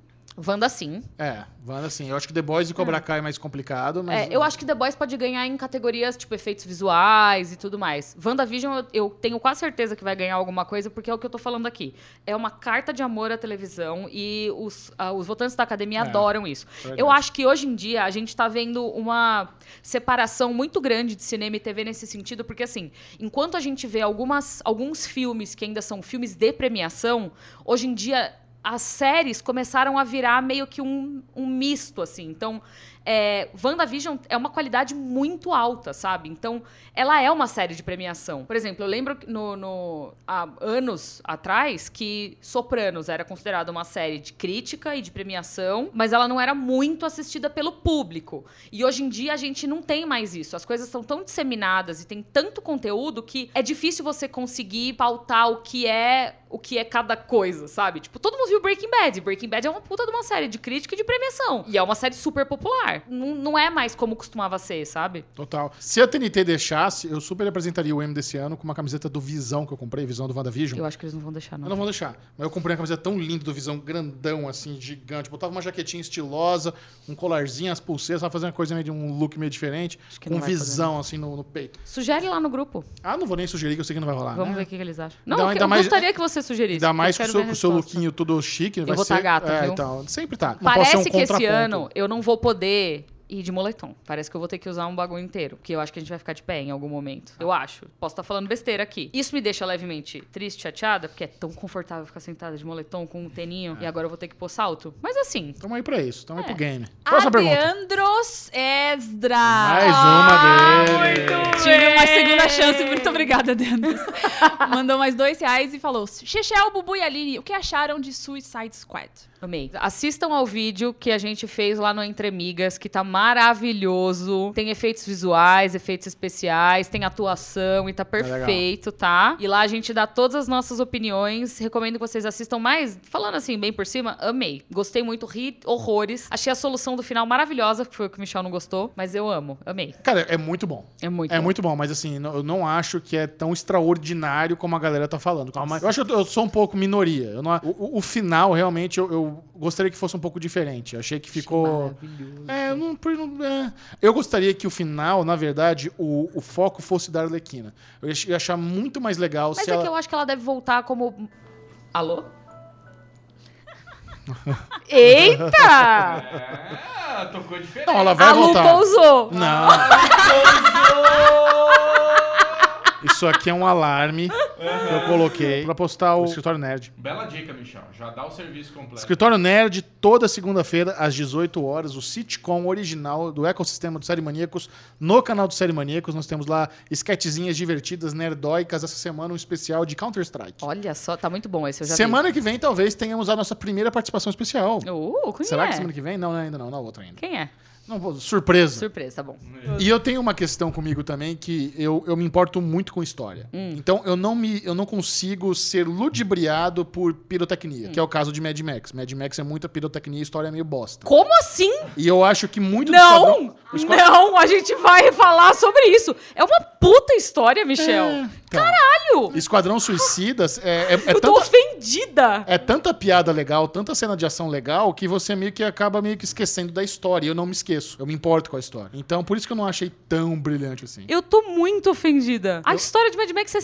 Wanda, sim. É, Wanda, assim, eu acho que The Boys e Cobra Kai é mais complicado, mas. Hum. É, eu acho que The Boys pode ganhar em categorias tipo efeitos visuais e tudo mais. WandaVision, eu, eu tenho quase certeza que vai ganhar alguma coisa, porque é o que eu tô falando aqui. É uma carta de amor à televisão e os, ah, os votantes da academia É, adoram isso. verdade. Eu acho que hoje em dia a gente tá vendo uma separação muito grande de cinema e TV nesse sentido, porque assim, enquanto a gente vê algumas, alguns filmes que ainda são filmes de premiação, hoje em dia as séries começaram a virar meio que um, um misto, assim. Então, é, WandaVision é uma qualidade muito alta, sabe? Então, ela é uma série de premiação. Por exemplo, eu lembro que no, no- há anos atrás que Sopranos era considerada uma série de crítica e de premiação, mas ela não era muito assistida pelo público. E hoje em dia a gente não tem mais isso. As coisas são tão disseminadas e tem tanto conteúdo que é difícil você conseguir pautar o que é o que é cada coisa, sabe? Tipo, todo mundo viu Breaking Bad. Breaking Bad é uma puta de uma série de crítica e de premiação. E é uma série super popular. Não, não é mais como costumava ser, sabe? Total. Se a TNT deixasse, eu super apresentaria o M desse ano com uma camiseta do Visão que eu comprei, Visão do WandaVision. Eu acho que eles não vão deixar, Eu não vou deixar. Mas eu comprei uma camiseta tão linda do Visão, grandão, assim, gigante. Botava uma jaquetinha estilosa, um colarzinho, as pulseiras, tava fazendo uma coisa meio de um look meio diferente. Acho que Com não vai visão, assim, no, no peito. Sugere lá no grupo. Ah, não vou nem sugerir, que eu sei que não vai rolar. Vamos ver né? o que, que eles acham. Não, Então, eu ainda eu mais- gostaria que você sugerisse. Ainda mais eu com o quero seu, ver a com o seu resposta. lookinho todo chique. Eu vou tá gata, é, viu? então, sempre tá. Não posso ser Parece um que esse contraponto. ano eu não vou poder ir de moletom. Parece que eu vou ter que usar um bagulho inteiro. Porque eu acho que a gente vai ficar de pé em algum momento. Eu acho. Posso estar falando besteira aqui. Isso me deixa levemente triste, chateada, porque é tão confortável ficar sentada de moletom com um teninho. É. E agora eu vou ter que pôr salto. Mas assim, Tamo aí pra isso, tamo aí pro game. Próxima pergunta. Adriandros Esdra. Mais uma dele. Ah, Tive uma segunda chance, muito obrigada, Deandros. Mandou mais dois reais e falou: Chechel, Bubu e Aline, o que acharam de Suicide Squad? Amei. Assistam ao vídeo que a gente fez lá no Entre Migas, que tá maravilhoso. Tem efeitos visuais, efeitos especiais, tem atuação e tá perfeito, tá? E lá a gente dá todas as nossas opiniões. Recomendo que vocês assistam mais. Falando assim, bem por cima, amei. Gostei muito, ri horrores. Achei a solução do final maravilhosa, que foi o que o Michel não gostou, mas eu amo. Amei. Cara, é muito bom. É muito. É bom. muito bom, mas assim, não- eu não acho que é tão extraordinário como a galera tá falando. Calma, eu acho que eu eu sou um pouco minoria. Eu não- o, o- o final, realmente, eu, eu gostaria que fosse um pouco diferente. Eu achei que ficou. Maravilhoso. É, eu não, por- não- é. Eu gostaria que o final, na verdade, o, o foco fosse da Arlequina. Eu ia ia achar muito mais legal Mas se é ela. que eu acho que ela deve voltar como. Alô? Eita! Ah, tocou diferente. Não, ela vai é, A Lu voltar. pousou! Não. Isso aqui é um alarme que eu coloquei pra postar o escritório nerd. Bela dica, Michel. Já dá o serviço completo. Escritório Nerd, toda segunda-feira, às 18 horas, o sitcom original do ecossistema do Série Maníacos. No canal do Série Maníacos, nós temos lá esquetezinhas divertidas, nerdóicas. Essa semana, um especial de Counter-Strike. Olha só, tá muito bom esse, eu já Semana que vem, talvez, tenhamos a nossa primeira participação especial. vi. Uh, quem Será é? que semana que vem? Não, não, ainda não, na outra ainda. Quem é? Não, vou- surpresa. Surpresa, tá bom. E eu tenho uma questão comigo também que eu, eu me importo muito com história. Hum. Então eu não me eu não consigo ser ludibriado por Hum. pirotecnia, que é o caso de Mad Max. Mad Max é muita pirotecnia e história é meio bosta. Como assim? E eu acho que muito do Não! Esquadrão- o Esquadrão- Não, a gente vai falar sobre isso. É uma puta história, Michel. Caralho! Então, Esquadrão Suicidas é, é, é eu tô tanta, ofendida. é tanta piada legal, tanta cena de ação legal, que você meio que acaba meio que esquecendo da história. E eu não me esqueço. Eu me importo com a história. Então, por isso que eu não achei tão brilhante assim. Eu tô muito ofendida. A história de Mad Max é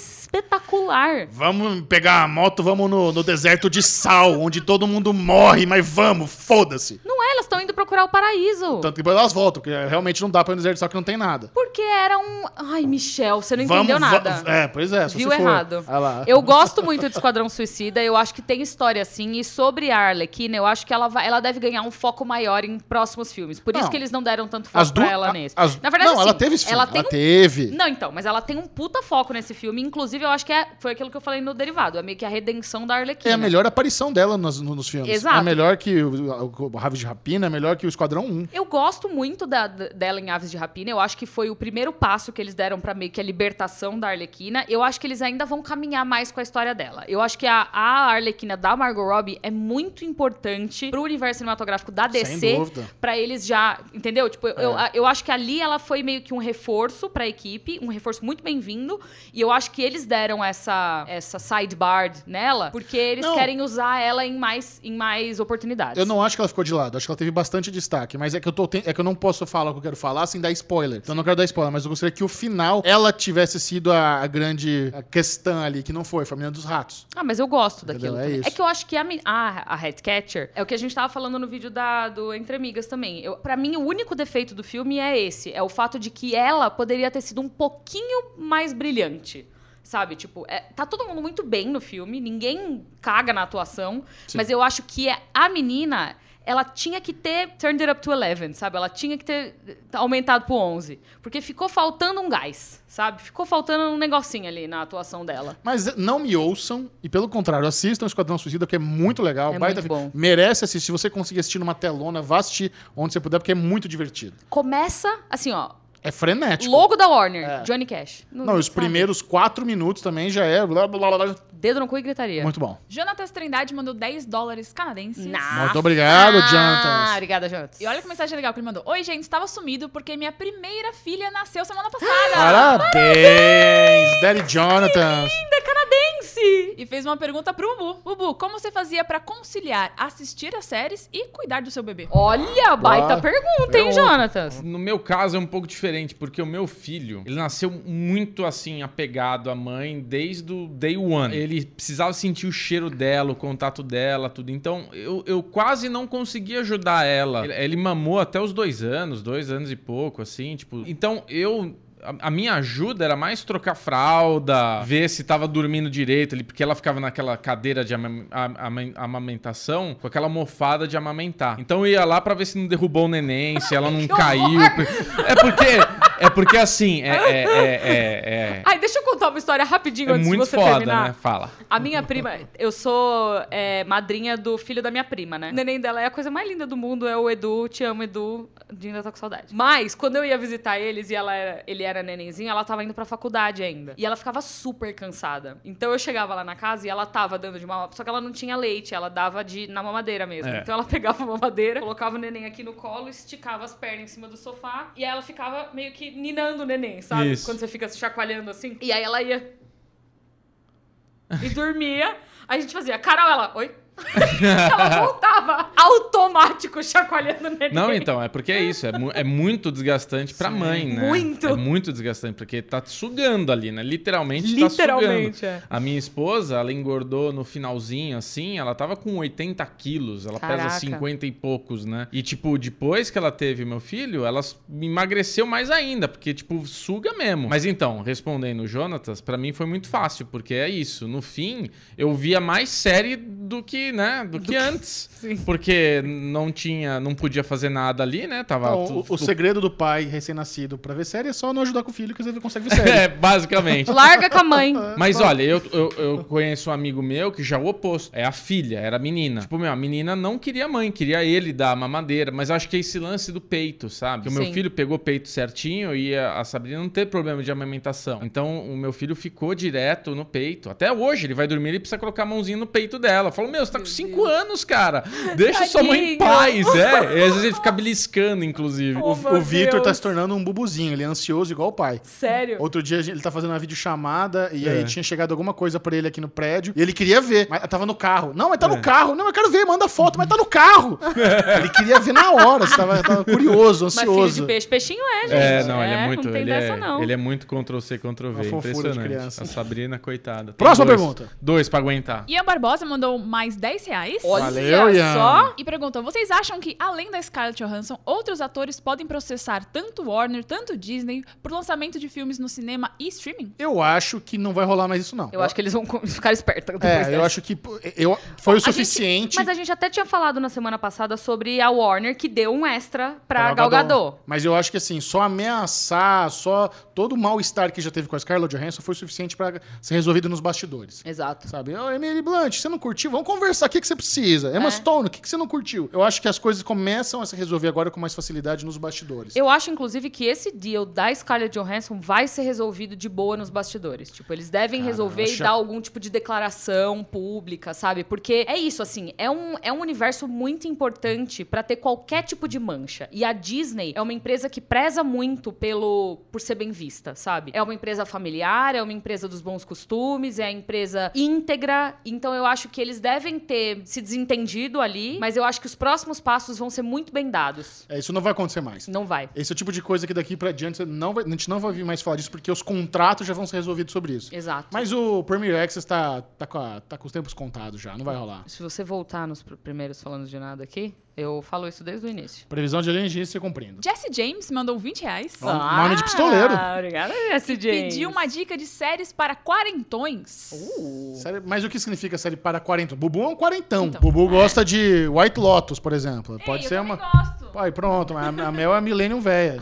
espetacular. Vamos pegar a moto, vamos no, no deserto de sal, onde todo mundo morre, mas vamos, foda-se. Não é, elas estão indo procurar o paraíso. Tanto que depois elas voltam, porque realmente não dá pra ir no deserto de sal que não tem nada. Porque era um. Ai, Michel, você não Vamos, entendeu va- nada. É, pois é. só Viu se for. errado. Olha lá. Eu gosto muito de Esquadrão Suicida, eu acho que tem história assim. E sobre a Arlequina, eu acho que ela, vai- ela deve ganhar um foco maior em próximos filmes. Por isso Não. que eles não deram tanto foco As pra duas. ela a- nesse. as- Na verdade, não, assim, ela teve esse filme. Ela Ela, tem um teve. Não, então, mas ela tem um puta foco nesse filme. Inclusive, eu acho que é, foi aquilo que eu falei no derivado. É meio que a redenção da Arlequina. É a melhor aparição dela nos, no- nos filmes. Exato. É melhor que o, o, o Raves de Rapina, é melhor que o Esquadrão 1. Eu gosto muito da- d- dela em Aves de Rapina. Eu acho que foi o primeiro passo que eles deram pra meio que a libertação da Arlequina. Eu acho que eles ainda vão caminhar mais com a história dela. Eu acho que a, a Arlequina da Margot Robbie é muito importante pro universo cinematográfico da Sem DC. dúvida. É. Pra eles já, entendeu? Tipo, eu, eu, eu acho que ali ela foi meio que um reforço pra equipe, um reforço muito bem-vindo. E eu acho que eles deram essa, essa sidebar nela, porque eles Não. querem usar ela em mais, em mais oportunidades. Eu não acho que ela ficou de lado, acho que ela teve bastante destaque, mas é que eu, tô, ten- é que eu não posso falar o que eu quero falar sem dar spoiler. Então eu não quero dar spoiler, mas eu gostaria que o final ela tivesse sido a, a grande questão ali, que não foi, foi a menina dos ratos. Ah, mas eu gosto daquilo. Entendeu? É também. É, isso. que eu acho que a, men- ah, a Headcatcher é o que a gente tava falando no vídeo da, do Entre Amigas também. Eu, pra mim, o único defeito do filme é esse: é o fato de que ela poderia ter sido um pouquinho mais brilhante. Sabe, tipo, é- tá todo mundo muito bem no filme, ninguém caga na atuação, mas eu acho que é- a menina, ela tinha que ter turned it up to 11, sabe? Ela tinha que ter eh, aumentado pro 11, porque ficou faltando um gás, sabe? Ficou faltando um negocinho ali na atuação dela. Mas não me ouçam, e pelo contrário, assistam Esquadrão Suicida, porque é muito legal. É muito filme. bom. Merece assistir. Se você conseguir assistir numa telona, vá assistir onde você puder, porque é muito divertido. começa assim, ó. É frenético. Logo da Warner, É. Johnny Cash. Não, os sabe? primeiros quatro minutos também já é. Blá, blá, blá, blá. Dedo no cu e gritaria. Muito bom. Jonatas Trindade mandou 10 dólares canadenses. Na- Muito obrigado, Jonathan. Ah, Obrigada, Jonathan. E olha é que mensagem legal que ele mandou. Oi, gente, estava sumido porque minha primeira filha nasceu semana passada. Parabéns, Daddy Jonathan. Sim. E fez uma pergunta pro Bubu. Bubu, como você fazia pra conciliar assistir as séries e cuidar do seu bebê? Olha, baita Ah, pergunta, hein, pergunta. Jonathan? No meu caso é um pouco diferente, porque o meu filho, ele nasceu muito assim, apegado à mãe desde o day one. Ele precisava sentir o cheiro dela, o contato dela, tudo. Então eu, eu quase não consegui ajudar ela. Ele, ele mamou até os dois anos, dois anos e pouco, assim, tipo. Então eu. A a minha ajuda era mais trocar fralda, ver se tava dormindo direito ali, porque ela ficava naquela cadeira de amam- a- aman- amamentação, com aquela mofada de amamentar. Então eu ia lá pra ver se não derrubou o neném, se ela não Que horror! caiu. É porque É porque assim, é. é, é, é, é- Ai, deixa eu contar uma história rapidinho é antes de muito você foda, terminar. né? Fala. A minha prima, eu sou é, madrinha do filho da minha prima, né? O neném dela é a coisa mais linda do mundo, é o Edu, te amo, Edu, ainda tá com saudade. Mas, quando eu ia visitar eles e ela era- ele era nenenzinho, ela tava indo pra faculdade ainda. E ela ficava super cansada. Então eu chegava lá na casa e ela tava dando de mamar, só que ela não tinha leite, ela dava de, na mamadeira mesmo. É. Então ela pegava a mamadeira, colocava o neném aqui no colo, esticava as pernas em cima do sofá, e aí ela ficava meio que ninando o neném, sabe? Isso. Quando você fica se chacoalhando assim. E aí ela ia e dormia. Aí a gente fazia, Carol, ela, oi? ela voltava automático chacoalhando o neném. Não, então, é porque é isso. É, mu- é muito desgastante pra mãe, né? muito. É muito desgastante, porque tá te sugando ali, né? Literalmente, Literalmente, tá sugando. é. A minha esposa, ela engordou no finalzinho, assim, ela tava com 80 quilos, ela Caraca. pesa 50 e poucos, né? E, tipo, depois que ela teve meu filho, ela s- emagreceu mais ainda, porque, tipo, suga mesmo. Mas então, respondendo o Jonatas, pra mim foi muito fácil, porque é isso. No fim, eu via mais série do que, né, do, que antes. Sim. Porque não tinha, não podia fazer nada ali, né? Tava Então, tu- o, o tu- segredo do pai recém-nascido pra ver série é só não ajudar com o filho que você consegue ver série. É, basicamente. Larga com a mãe. Mas olha, eu, eu, eu conheço um amigo meu que já é o oposto. É a filha, era a menina. Tipo, meu, a menina não queria a mãe, queria ele dar a mamadeira. Mas acho que é esse lance do peito, sabe? Que o meu Sim. filho pegou o peito certinho e a, a Sabrina não teve problema de amamentação. Então o meu filho ficou direto no peito. Até hoje, ele vai dormir e precisa colocar a mãozinha no peito dela. Falou, meu, você tá com 5 anos, cara. Deixa sua mãe em Tadinho. paz. É. E às vezes ele fica beliscando, inclusive. Oh, meu o Victor tá Deus. se tornando um bubuzinho, ele é ansioso igual o pai. Sério. Outro dia a gente- ele tá fazendo uma videochamada e É. aí tinha chegado alguma coisa pra ele aqui no prédio e ele queria ver, mas tava no carro. Não, mas tá no carro. Não, eu quero ver, manda foto, mas tá no carro. Ele queria ver na hora, você tava, tava curioso, Mas filho de ansioso. peixe, peixinho é, gente. É, não, ele é muito. Não tem ele, dessa, é, não. ele é muito Ctrl C, Ctrl Uma V. fofura de Impressionante. criança. A Sabrina, coitada. Tem Próxima dois- pergunta. Dois pra aguentar. Ian Barbosa mandou mais 10 reais. Olha Valeu, Ian. só. E perguntou: vocês acham que, além da Scarlett Johansson, outros atores podem processar tanto Warner, tanto Disney, por lançamento de filmes no cinema e streaming? Eu acho que não vai rolar mais isso, não. Eu acho que eles vão co- ficar espertos. É, depois eu dessa. acho que pô, eu, foi o gente- suficiente. Mas é a gente até tinha falado na semana passada sobre a Warner, que deu um extra Gal pra, Gal Gadot. Gadot. Mas eu acho que assim, só ameaçar, só todo o mal-estar que já teve com a Scarlett Johansson foi suficiente pra ser resolvido nos bastidores. Exato. Sabe, ô Emily Blunt, você não curtiu? Vamos conversar, o que, que você precisa? Emma É. Stone, o que, que você não curtiu? Eu acho que as coisas começam a se resolver agora com mais facilidade nos bastidores. Eu acho, inclusive, que esse deal da Scarlett Johansson vai ser resolvido de boa nos bastidores. Tipo, eles devem Cara, resolver eu e acho- dar algum tipo de declaração pública, sabe? Porque é isso, assim, é um, é um universo muito importante pra ter qualquer tipo de mancha. E a Disney é uma empresa que preza muito pelo por ser bem vista, sabe? É uma empresa familiar, é uma empresa dos bons costumes, é a empresa íntegra. Então eu acho que eles devem ter se desentendido ali, mas eu acho que os próximos passos vão ser muito bem dados. É, isso não vai acontecer mais. Não vai. Esse é o tipo de coisa que daqui pra diante você não vai- a gente não vai ouvir mais falar disso, porque os contratos já vão ser resolvidos sobre isso. Exato. Mas o Premier Access tá, tá, com a- tá com os tempos contados já, não vai rolar. Se você voltar nos pr- primeiros falando de nada aqui, eu falo isso desde o início. Previsão de alienígena se cumprindo. Jesse James mandou 20 reais. Ó, nome de pistoleiro. Ah, Obrigada, Jesse Pediu uma dica de séries para quarentões. Uh, Uh. Série- mas o que significa série para quarentão? Bubu é um quarentão. Então. Bubu gosta de White Lotus, por exemplo. Ei, Pode eu ser também uma. gosto. Aí pronto, a, a Mel é a Millennium velha.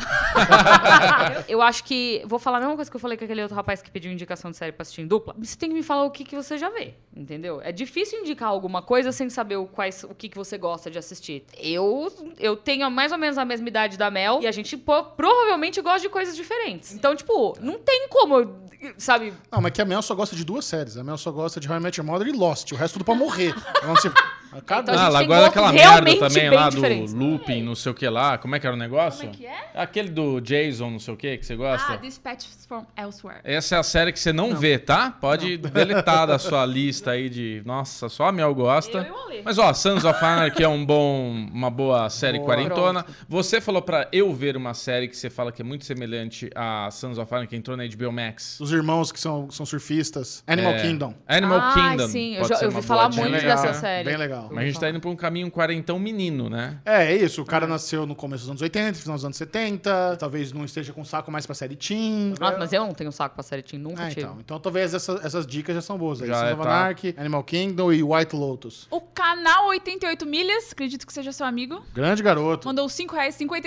Eu acho que. Vou falar a mesma coisa que eu falei com aquele outro rapaz que pediu indicação de série pra assistir em dupla. Você tem que me falar o que, que você já vê, entendeu? É difícil indicar alguma coisa sem saber o, quais, o que, que você gosta de assistir. Eu, eu tenho mais ou menos a mesma idade da Mel e a gente pô, provavelmente gosta de coisas diferentes. Então, tipo, não tem como, eu- sabe? Não, mas é que a Mel só gosta de duas séries. A Mel só gosta de How I Met Your Mother e Lost. O resto tudo pra morrer. assim, Ela não se... Então a gente Tá. ah, Cada... lá tem agora gosto aquela merda realmente também bem lá diferente. do looping, não sei o que lá. Como é que era o negócio? Como é que é? Aquele do Jason, não sei o que, que você Ah, gosta. Dispatches from Elsewhere. Essa é a série que você não, vê, tá? Pode deletar da sua lista aí de. Nossa, só a Mel gosta. Eu e o Alê. Mas ó, Sons of Anarchy é um bom, uma boa série Boa. quarentona. Você falou pra eu ver uma série que você fala que é muito semelhante a Sons of Anarchy, que entrou na HBO Max. Os irmãos que são, são surfistas. Animal É. Kingdom. Animal Ah, Kingdom. sim, eu pode já- ser eu uma ouvi boa falar dica. muito Bem dessa legal, série. Bem legal. legal. Mas a gente tá indo pra um caminho quarentão menino, né? É, é isso. O cara nasceu no começo dos anos 80, final dos anos 70. Talvez não esteja com saco mais pra série teen. Ah, mas eu não tenho saco pra série teen, nunca É, tive. então. então talvez essa- essas dicas já são boas. Aí. Já Sons é, of tá. Anarchy, Animal Kingdom e White Lotus. O canal 88 Milhas, acredito que seja seu amigo, Grande garoto. mandou R$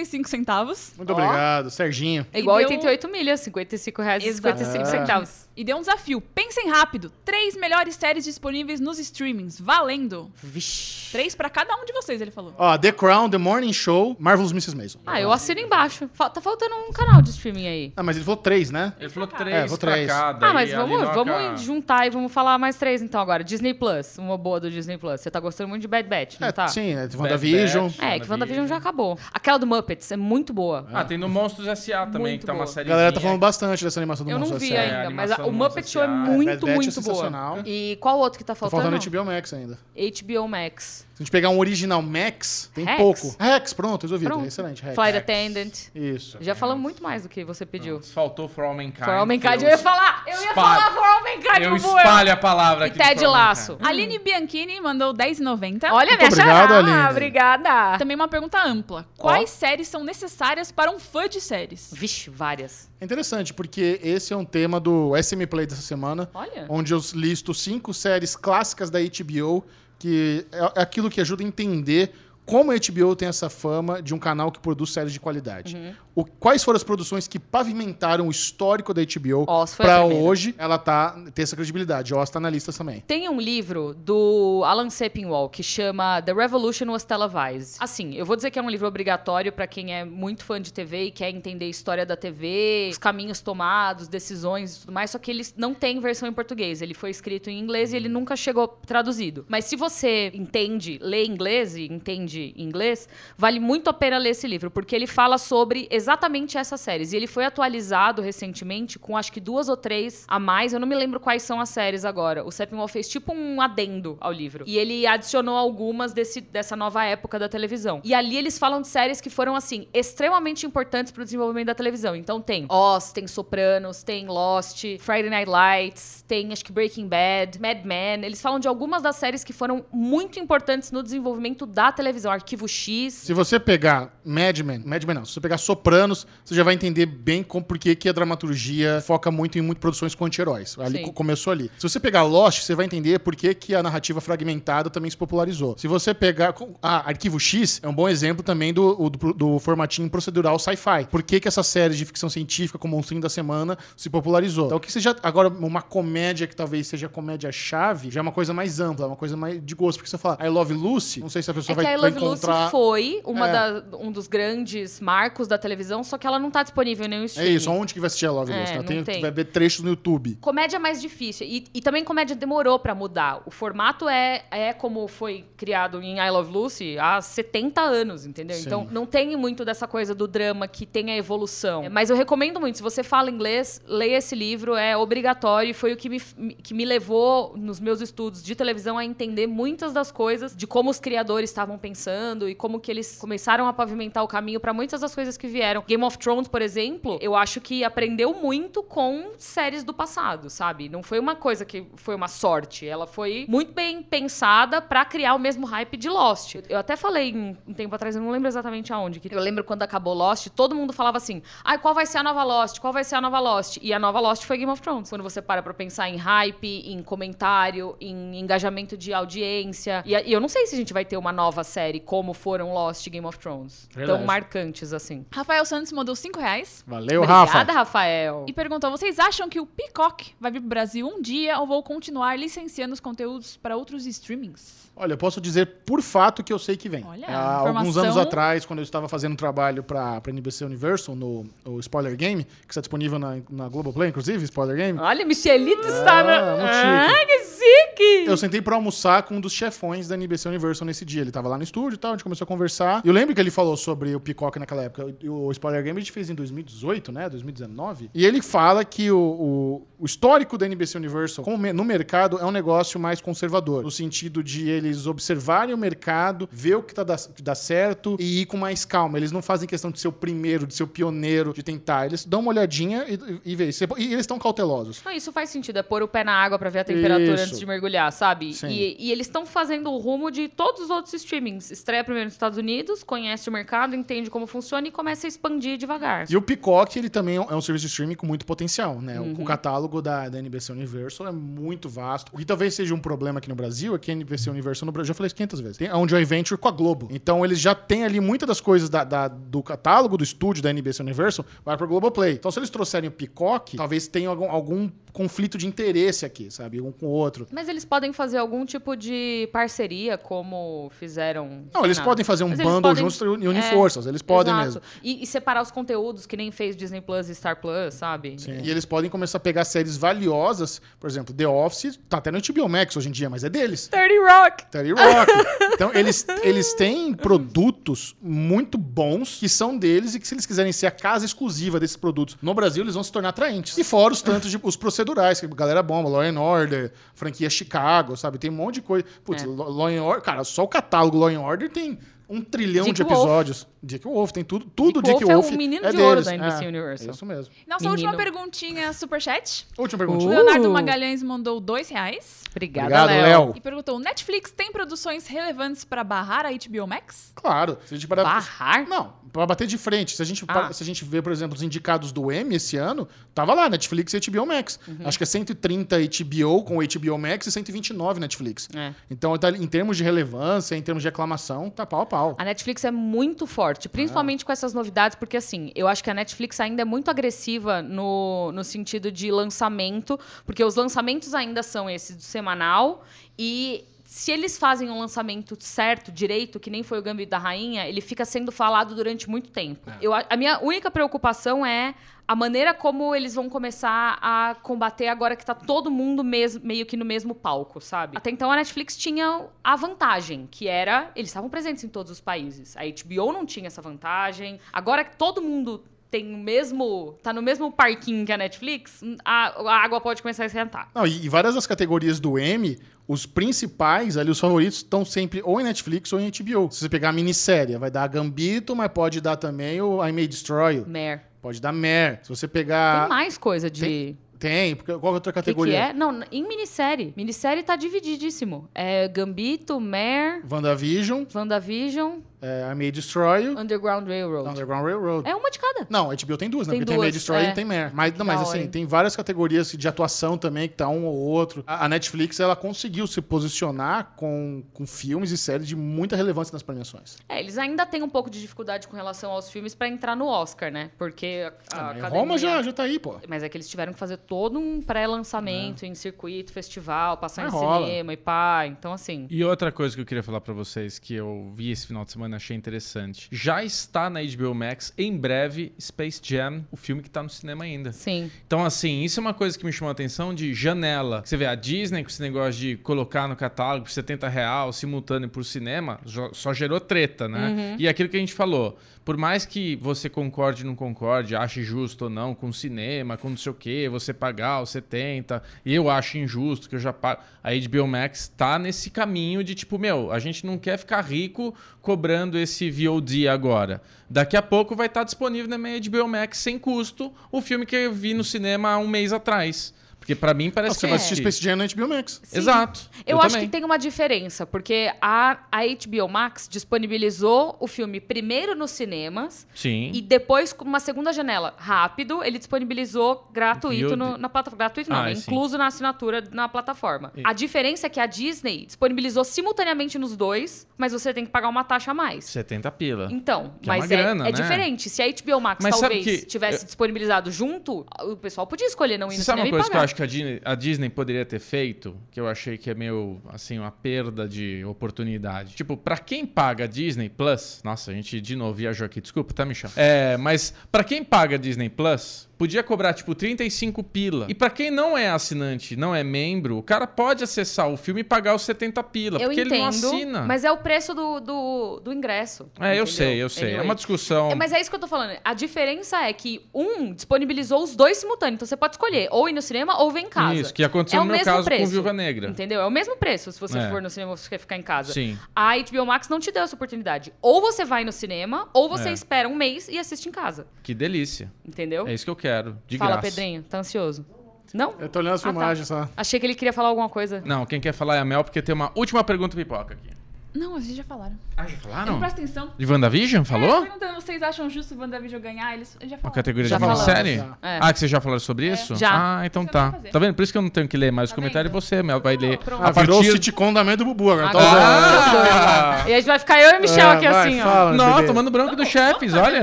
5,55. Muito Ó. obrigado. Serginho. É igual E deu- 88 milhas, 55 reais e Exato. 55 centavos. E deu um desafio. Pensem rápido. Três melhores séries disponíveis nos streamings. Valendo. Vixe. Três pra cada um de vocês, ele falou. Ó, The Crown, The Morning Show, Marvelous Mrs. Maisel. Ah, eu assino embaixo. Fal- Tá faltando um canal de streaming aí. Ah, mas ele falou três, né? Ele falou três, É, vou três. pra cada. Ah, mas e a vamos, Linoca- vamos juntar e vamos falar mais três então agora. Disney Plus, uma boa do Disney Plus. Você tá gostando muito de Bad Batch, não É, tá? sim, é, Bad WandaVision. Batch. É, que WandaVision já acabou. Aquela do Muppets é muito boa. Ah, tem no Monstros S.A. também, Muito que tá uma boa. A série. galera tá falando bastante dessa animação do Eu não Monstro vi S.A. É, a ainda, mas a- animação o do Muppet Show é Monstro S.A. Bad muito, Batch é muito sensacional. boa. E qual outro que tá Tá faltando? faltando HBO Max ainda. HBO Max. Se a gente pegar um original Max, tem Rex. pouco. Rex, pronto, resolvido. Pronto. Excelente, Rex. Flight Attendant. Isso. Já falamos muito mais do que você pediu. Faltou For All Mankind. For All Mankind, que eu ia falar! Eu ia espalho. falar For All Mankind, Eu Bubu, eu- espalho a palavra E aqui. Ted For All Hum. Laço. Aline Bianchini mandou 10,90. Olha, me Muito obrigado, acharam. Aline. Tá Ah, Obrigada. Também uma pergunta ampla. Quais séries são necessárias para um fã de séries? Vixe, várias. É interessante, porque esse é um tema do SM Play dessa semana, Olha. onde eu listo cinco séries clássicas da HBO, que é é aquilo que ajuda a entender como a HBO tem essa fama de um canal que produz séries de qualidade. Uhum. O- quais foram as produções que pavimentaram o histórico da HBO Oz foi a para primeira. hoje ela tá, ter essa credibilidade? Oz tá na lista também. Tem um livro do Alan Sepinwall que chama The Revolution Was Televised. Assim, eu vou dizer que é um livro obrigatório pra quem é muito fã de TV e quer entender a história da TV, os caminhos tomados, decisões e tudo mais, só que ele não tem versão em português. Ele foi escrito em inglês e ele nunca chegou traduzido. Mas se você entende, lê inglês e entende inglês, vale muito a pena ler esse livro, porque ele fala sobre exatamente essas séries. E ele foi atualizado recentemente com acho que duas ou três a mais. Eu não me lembro quais são as séries agora. O Sepinwall fez tipo um adendo ao livro. E ele adicionou algumas desse, dessa nova época da televisão. E ali eles falam de séries que foram, assim, extremamente importantes pro desenvolvimento da televisão. Então tem Oz, tem Sopranos, tem Lost, Friday Night Lights, tem acho que Breaking Bad, Mad Men. Eles falam de algumas das séries que foram muito importantes no desenvolvimento da televisão. Arquivo X. Se você pegar Mad Men, Mad Men não, se você pegar Sopranos, você já vai entender bem como, por que que a dramaturgia foca muito em muito produções com anti-heróis. Ali Sim. co- começou ali. Se você pegar Lost, você vai entender por que que a narrativa fragmentada também se popularizou. Se você pegar com- ah, Arquivo X, é um bom exemplo também do, o- do, do formatinho procedural sci-fi. Por que que essa série de ficção científica como Monstrinho da Semana se popularizou? Então, que seja agora uma comédia que talvez seja comédia-chave, já é uma coisa mais ampla, uma coisa mais de gosto. Porque você fala I Love Lucy, não sei se a pessoa É vai, que a I vai Love encontrar... Lucy foi uma É. da- um dos grandes marcos da televisão, só que ela não tá disponível em nenhum É streaming. isso, aonde que vai assistir a Love É, Lucy? né? não Tem- tem. Vai ver trechos no YouTube. Comédia é mais difícil. E, e também comédia demorou pra mudar. O formato é, é como foi criado em I Love Lucy há 70 anos, entendeu? Sim. Então não tem muito dessa coisa do drama que tem a evolução. Mas eu recomendo muito. Se você fala inglês, leia esse livro, é obrigatório. E foi o que me, que me levou nos meus estudos de televisão a entender muitas das coisas de como os criadores estavam pensando e como que eles começaram a pavimentar o caminho pra muitas das coisas que vieram. Game of Thrones, por exemplo, eu acho que aprendeu muito com séries do passado, sabe? Não foi uma coisa que foi uma sorte, ela foi muito bem pensada pra criar o mesmo hype de Lost. Eu até falei um, um tempo atrás, eu não lembro exatamente aonde, que eu lembro quando acabou Lost, todo mundo falava assim: "Ai, qual vai ser a nova Lost? Qual vai ser a nova Lost?" E a nova Lost foi Game of Thrones. Quando você para pra pensar em hype, em comentário, em engajamento de audiência, e, a- e eu não sei se a gente vai ter uma nova série como foram Lost e Game of Thrones, tão Verdade. marcantes assim. Rafael Santos mandou 5 reais Valeu, Obrigada, Rafa. Rafael. e perguntou: vocês acham que o Peacock vai vir pro Brasil um dia ou vou continuar licenciando os conteúdos para outros streamings? Olha, eu posso dizer por fato que eu sei que vem. Olha, Há alguns informação- anos atrás, quando eu estava fazendo um trabalho para a NBC Universal, no, o Spoiler Game, que está disponível na, na Globoplay, inclusive, Spoiler Game, Olha, Michelito está na. muito Ah, chique. que chique! eu sentei para almoçar com um dos chefões da NBC Universal nesse dia. Ele estava lá no estúdio e tal, a gente começou a conversar. E eu lembro que ele falou sobre o Peacock naquela época. O, o Spoiler Game a gente fez em 2018, né? 2019. E ele fala que o, o- o histórico da NBC Universal como me- no mercado é um negócio mais conservador. No sentido de eles observarem o mercado, ver o que tá dá, que dá certo e ir com mais calma. Eles não fazem questão de ser o primeiro, de ser o pioneiro, de tentar. Eles dão uma olhadinha e, e, e vê. E eles estão cautelosos. Não, isso faz sentido, é pôr o pé na água pra ver a temperatura Isso. antes de mergulhar, sabe? Sim. E, e eles estão fazendo o rumo de todos os outros streamings. Estreia primeiro nos Estados Unidos, conhece o mercado, entende como funciona e começa a expandir devagar. E o Peacock, ele também é um é um serviço de streaming com muito potencial, né? O- Uhum. O catálogo da, da NBC Universal é muito vasto. O que talvez seja um problema aqui no Brasil é que a NBC Universal no Brasil, já falei isso 500 vezes, tem, é um joint venture com a Globo. Então eles já têm ali muitas das coisas da- da- do catálogo do estúdio da NBC Universal, vai pro Globoplay. Então se eles trouxerem o Peacock, talvez tenha algum, algum conflito de interesse aqui, sabe? Um com o outro. Mas eles podem fazer algum tipo de parceria, como fizeram. Não, eles sei lá. podem fazer um Mas eles bundle podem- juntos e unir É, forças. Eles podem Exato. mesmo. E, e separar os conteúdos, que nem fez Disney Plus e Star Plus, sabe? E eles podem começar a pegar séries valiosas. Por exemplo, The Office tá até no HBO Max hoje em dia, mas é deles. 30 Rock! 30 Rock. Então, eles, eles têm produtos muito bons que são deles e que, se eles quiserem ser a casa exclusiva desses produtos no Brasil, eles vão se tornar atraentes. E fora os tantos de, os procedurais, que galera bomba, Law and Order, franquia Chicago, sabe? Tem um monte de coisa. Putz, É. Law Law and Order, cara, só o catálogo Law and Order tem um trilhão Dick de episódios. Dick Wolf, tem tudo, tudo Dick Dick, Wolf é o Wolf. menino de ouro deles. da NBC É, Universal. é isso mesmo. Nossa Menino. última perguntinha, superchat. Última pergunta. Uh. Leonardo Magalhães mandou dois reais Obrigada, Obrigado, Léo. Léo. e perguntou: Netflix tem produções relevantes pra barrar a HBO Max? Claro. Se a gente parar- Barrar? Não, pra bater de frente. Se a gente, Ah. par- se a gente vê, por exemplo, os indicados do M esse ano, tava lá, Netflix e HBO Max. Uhum. Acho que é 130 HBO com HBO Max e 129 Netflix. É. Então, tá, em termos de relevância, em termos de aclamação, tá pau a pau. A Netflix é muito forte, principalmente com essas novidades, porque assim, eu acho que a Netflix ainda é muito agressiva no, no sentido de lançamento, porque os lançamentos ainda são esse do semanal e. Se eles fazem um lançamento certo, direito, que nem foi o Gambito da Rainha, ele fica sendo falado durante muito tempo. Eu, a a minha única preocupação é a maneira como eles vão começar a combater agora que tá todo mundo mes- meio que no mesmo palco, sabe? Até então a Netflix tinha a vantagem, que era eles estavam presentes em todos os países. A HBO não tinha essa vantagem. Agora que todo mundo tem o mesmo, tá no mesmo parquinho que a Netflix, hum, a, a água pode começar a esquentar. Não, e, e várias das categorias do M, os principais ali, os favoritos, estão sempre ou em Netflix ou em HBO. Se você pegar a minissérie, vai dar a Gambito, mas pode dar também o I May Destroy, You, Mer. pode dar Mare. Se você Tem pegar... mais coisa de Ah, Tem, porque qual é a outra O que, que categoria? é? Não, em minissérie. Minissérie tá divididíssimo. É Gambito, Mare, WandaVision, WandaVision, é, I May Destroy You, Underground Railroad. Underground Railroad. É uma de cada. Não, HBO tem duas, né? Tem Porque tem duas, May Destroy é. e tem Mare. Mas, não, Que mas da assim, hora, hein? tem várias categorias de atuação também, que tá um ou outro. A, a Netflix, ela conseguiu se posicionar com, com filmes e séries de muita relevância nas premiações. É, eles ainda têm um pouco de dificuldade com relação aos filmes pra entrar no Oscar, né? Porque a, a Ah, mas academia- Roma já, já tá aí, pô. Mas é que eles tiveram que fazer todo um pré-lançamento em circuito, festival, passar Mas em É. Ah, rola. cinema e pá. Então, assim. E outra coisa que eu queria falar pra vocês que eu vi esse final de semana e achei interessante. Já está na HBO Max, em breve, Space Jam, o filme que tá no cinema ainda. Sim. Então, assim, isso é uma coisa que me chamou a atenção de janela. Você vê a Disney com esse negócio de colocar no catálogo por R$ 70 real simultâneo pro cinema, jo- só gerou treta, né? E aquilo que a gente falou, por mais que você concorde ou não concorde, ache justo ou não com o cinema, com não sei o quê, você pagar os 70, e eu acho injusto que eu já pago. A HBO Max tá nesse caminho de tipo, meu, a gente não quer ficar rico cobrando esse VOD agora. Daqui a pouco vai estar disponível na minha HBO Max sem custo o filme que eu vi no cinema há um mês atrás. Porque pra mim parece Nossa, você que é. vai assistir Space Jam na HBO Max. Sim. Exato. Eu, acho também. que tem uma diferença, porque a, a HBO Max disponibilizou o filme primeiro nos cinemas Sim. e depois, com uma segunda janela rápido, ele disponibilizou gratuito Viu? no, na plataforma. Gratuito não, Ah, né? sim. incluso na assinatura na plataforma. E- A diferença é que a Disney disponibilizou simultaneamente nos dois, mas você tem que pagar uma taxa a mais. 70 pila. Então, Que é mas uma é, grana, é né? diferente. Se a HBO Max Mas sabe talvez que- tivesse eu- disponibilizado junto, o pessoal podia escolher não ir Você no sabe cinema uma coisa e que eu pagar. acho que a Disney, a Disney poderia ter feito? Que eu achei que é meio, assim, uma perda de oportunidade. Tipo, pra quem paga Disney Plus... Nossa, a gente de novo viajou aqui. Desculpa, tá, Michel? É, mas pra quem paga Disney Plus, podia cobrar, tipo, 35 pila. E pra quem não é assinante, não é membro, o cara pode acessar o filme e pagar os 70 pila. Eu porque entendo, ele não assina. mas é o preço do, do, do ingresso. É, eu entendeu? sei, eu sei. É Anyway. uma discussão... É, mas é isso que eu tô falando. A diferença é que um disponibilizou os dois simultâneos. Então você pode escolher ou ir no cinema ou ver em casa. Isso, que aconteceu É o no meu mesmo caso com preço. Viúva Negra. Entendeu? É o mesmo preço se você É. for no cinema ou se você quer ficar em casa. Sim. A HBO Max não te deu essa oportunidade. Ou você vai no cinema, ou você É. espera um mês e assiste em casa. Que delícia. Entendeu? É isso que eu quero. De Fala, graça. Pedrinho, tá ansioso. Não? Eu tô olhando as Ah, tá. filmagens só. Achei que ele queria falar alguma coisa. Não, quem quer falar é a Mel, porque tem uma última pergunta pipoca aqui. Não, vocês já falaram. Ah, já Não falaram? presta atenção. De WandaVision? É, Falou? perguntando, vocês acham justo o WandaVision ganhar? Eles eles já A falaram. categoria Já de uma falamos. série? Já. É. Ah, que vocês já falaram sobre isso? Já. Ah, então Você vai tá. fazer. Tá vendo? Por isso que eu não tenho que ler mais os Tá comentários vendo? e você, Mel, vai ler. pronto. Ah, A virou o partir... sitcom da Mel do Bubu agora. tá usando. Ah! E a gente vai ficar eu e o Michel É, aqui vai, assim, ó. fala, meu Não, bebê. tomando branco dos chefes, vamos fazer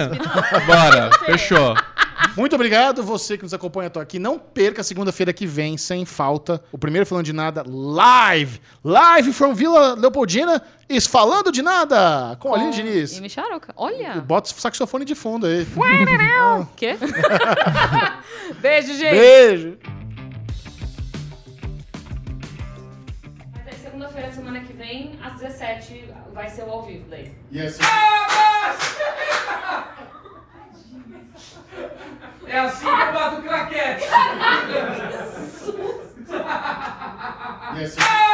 olha. um Bora, fechou. Muito obrigado você que nos acompanha até aqui. Não perca segunda-feira que vem, sem falta, o primeiro Falando de Nada live. Live from Vila Leopoldina is Falando de Nada com, Aline né, E Diniz. Michel Aroca. Olha. Bota o saxofone de fundo aí. O quê? Beijo, gente. Beijo. Segunda-feira, semana que vem, às 17 vai ser o ao vivo daí. É assim que eu bato o craquete. E assim...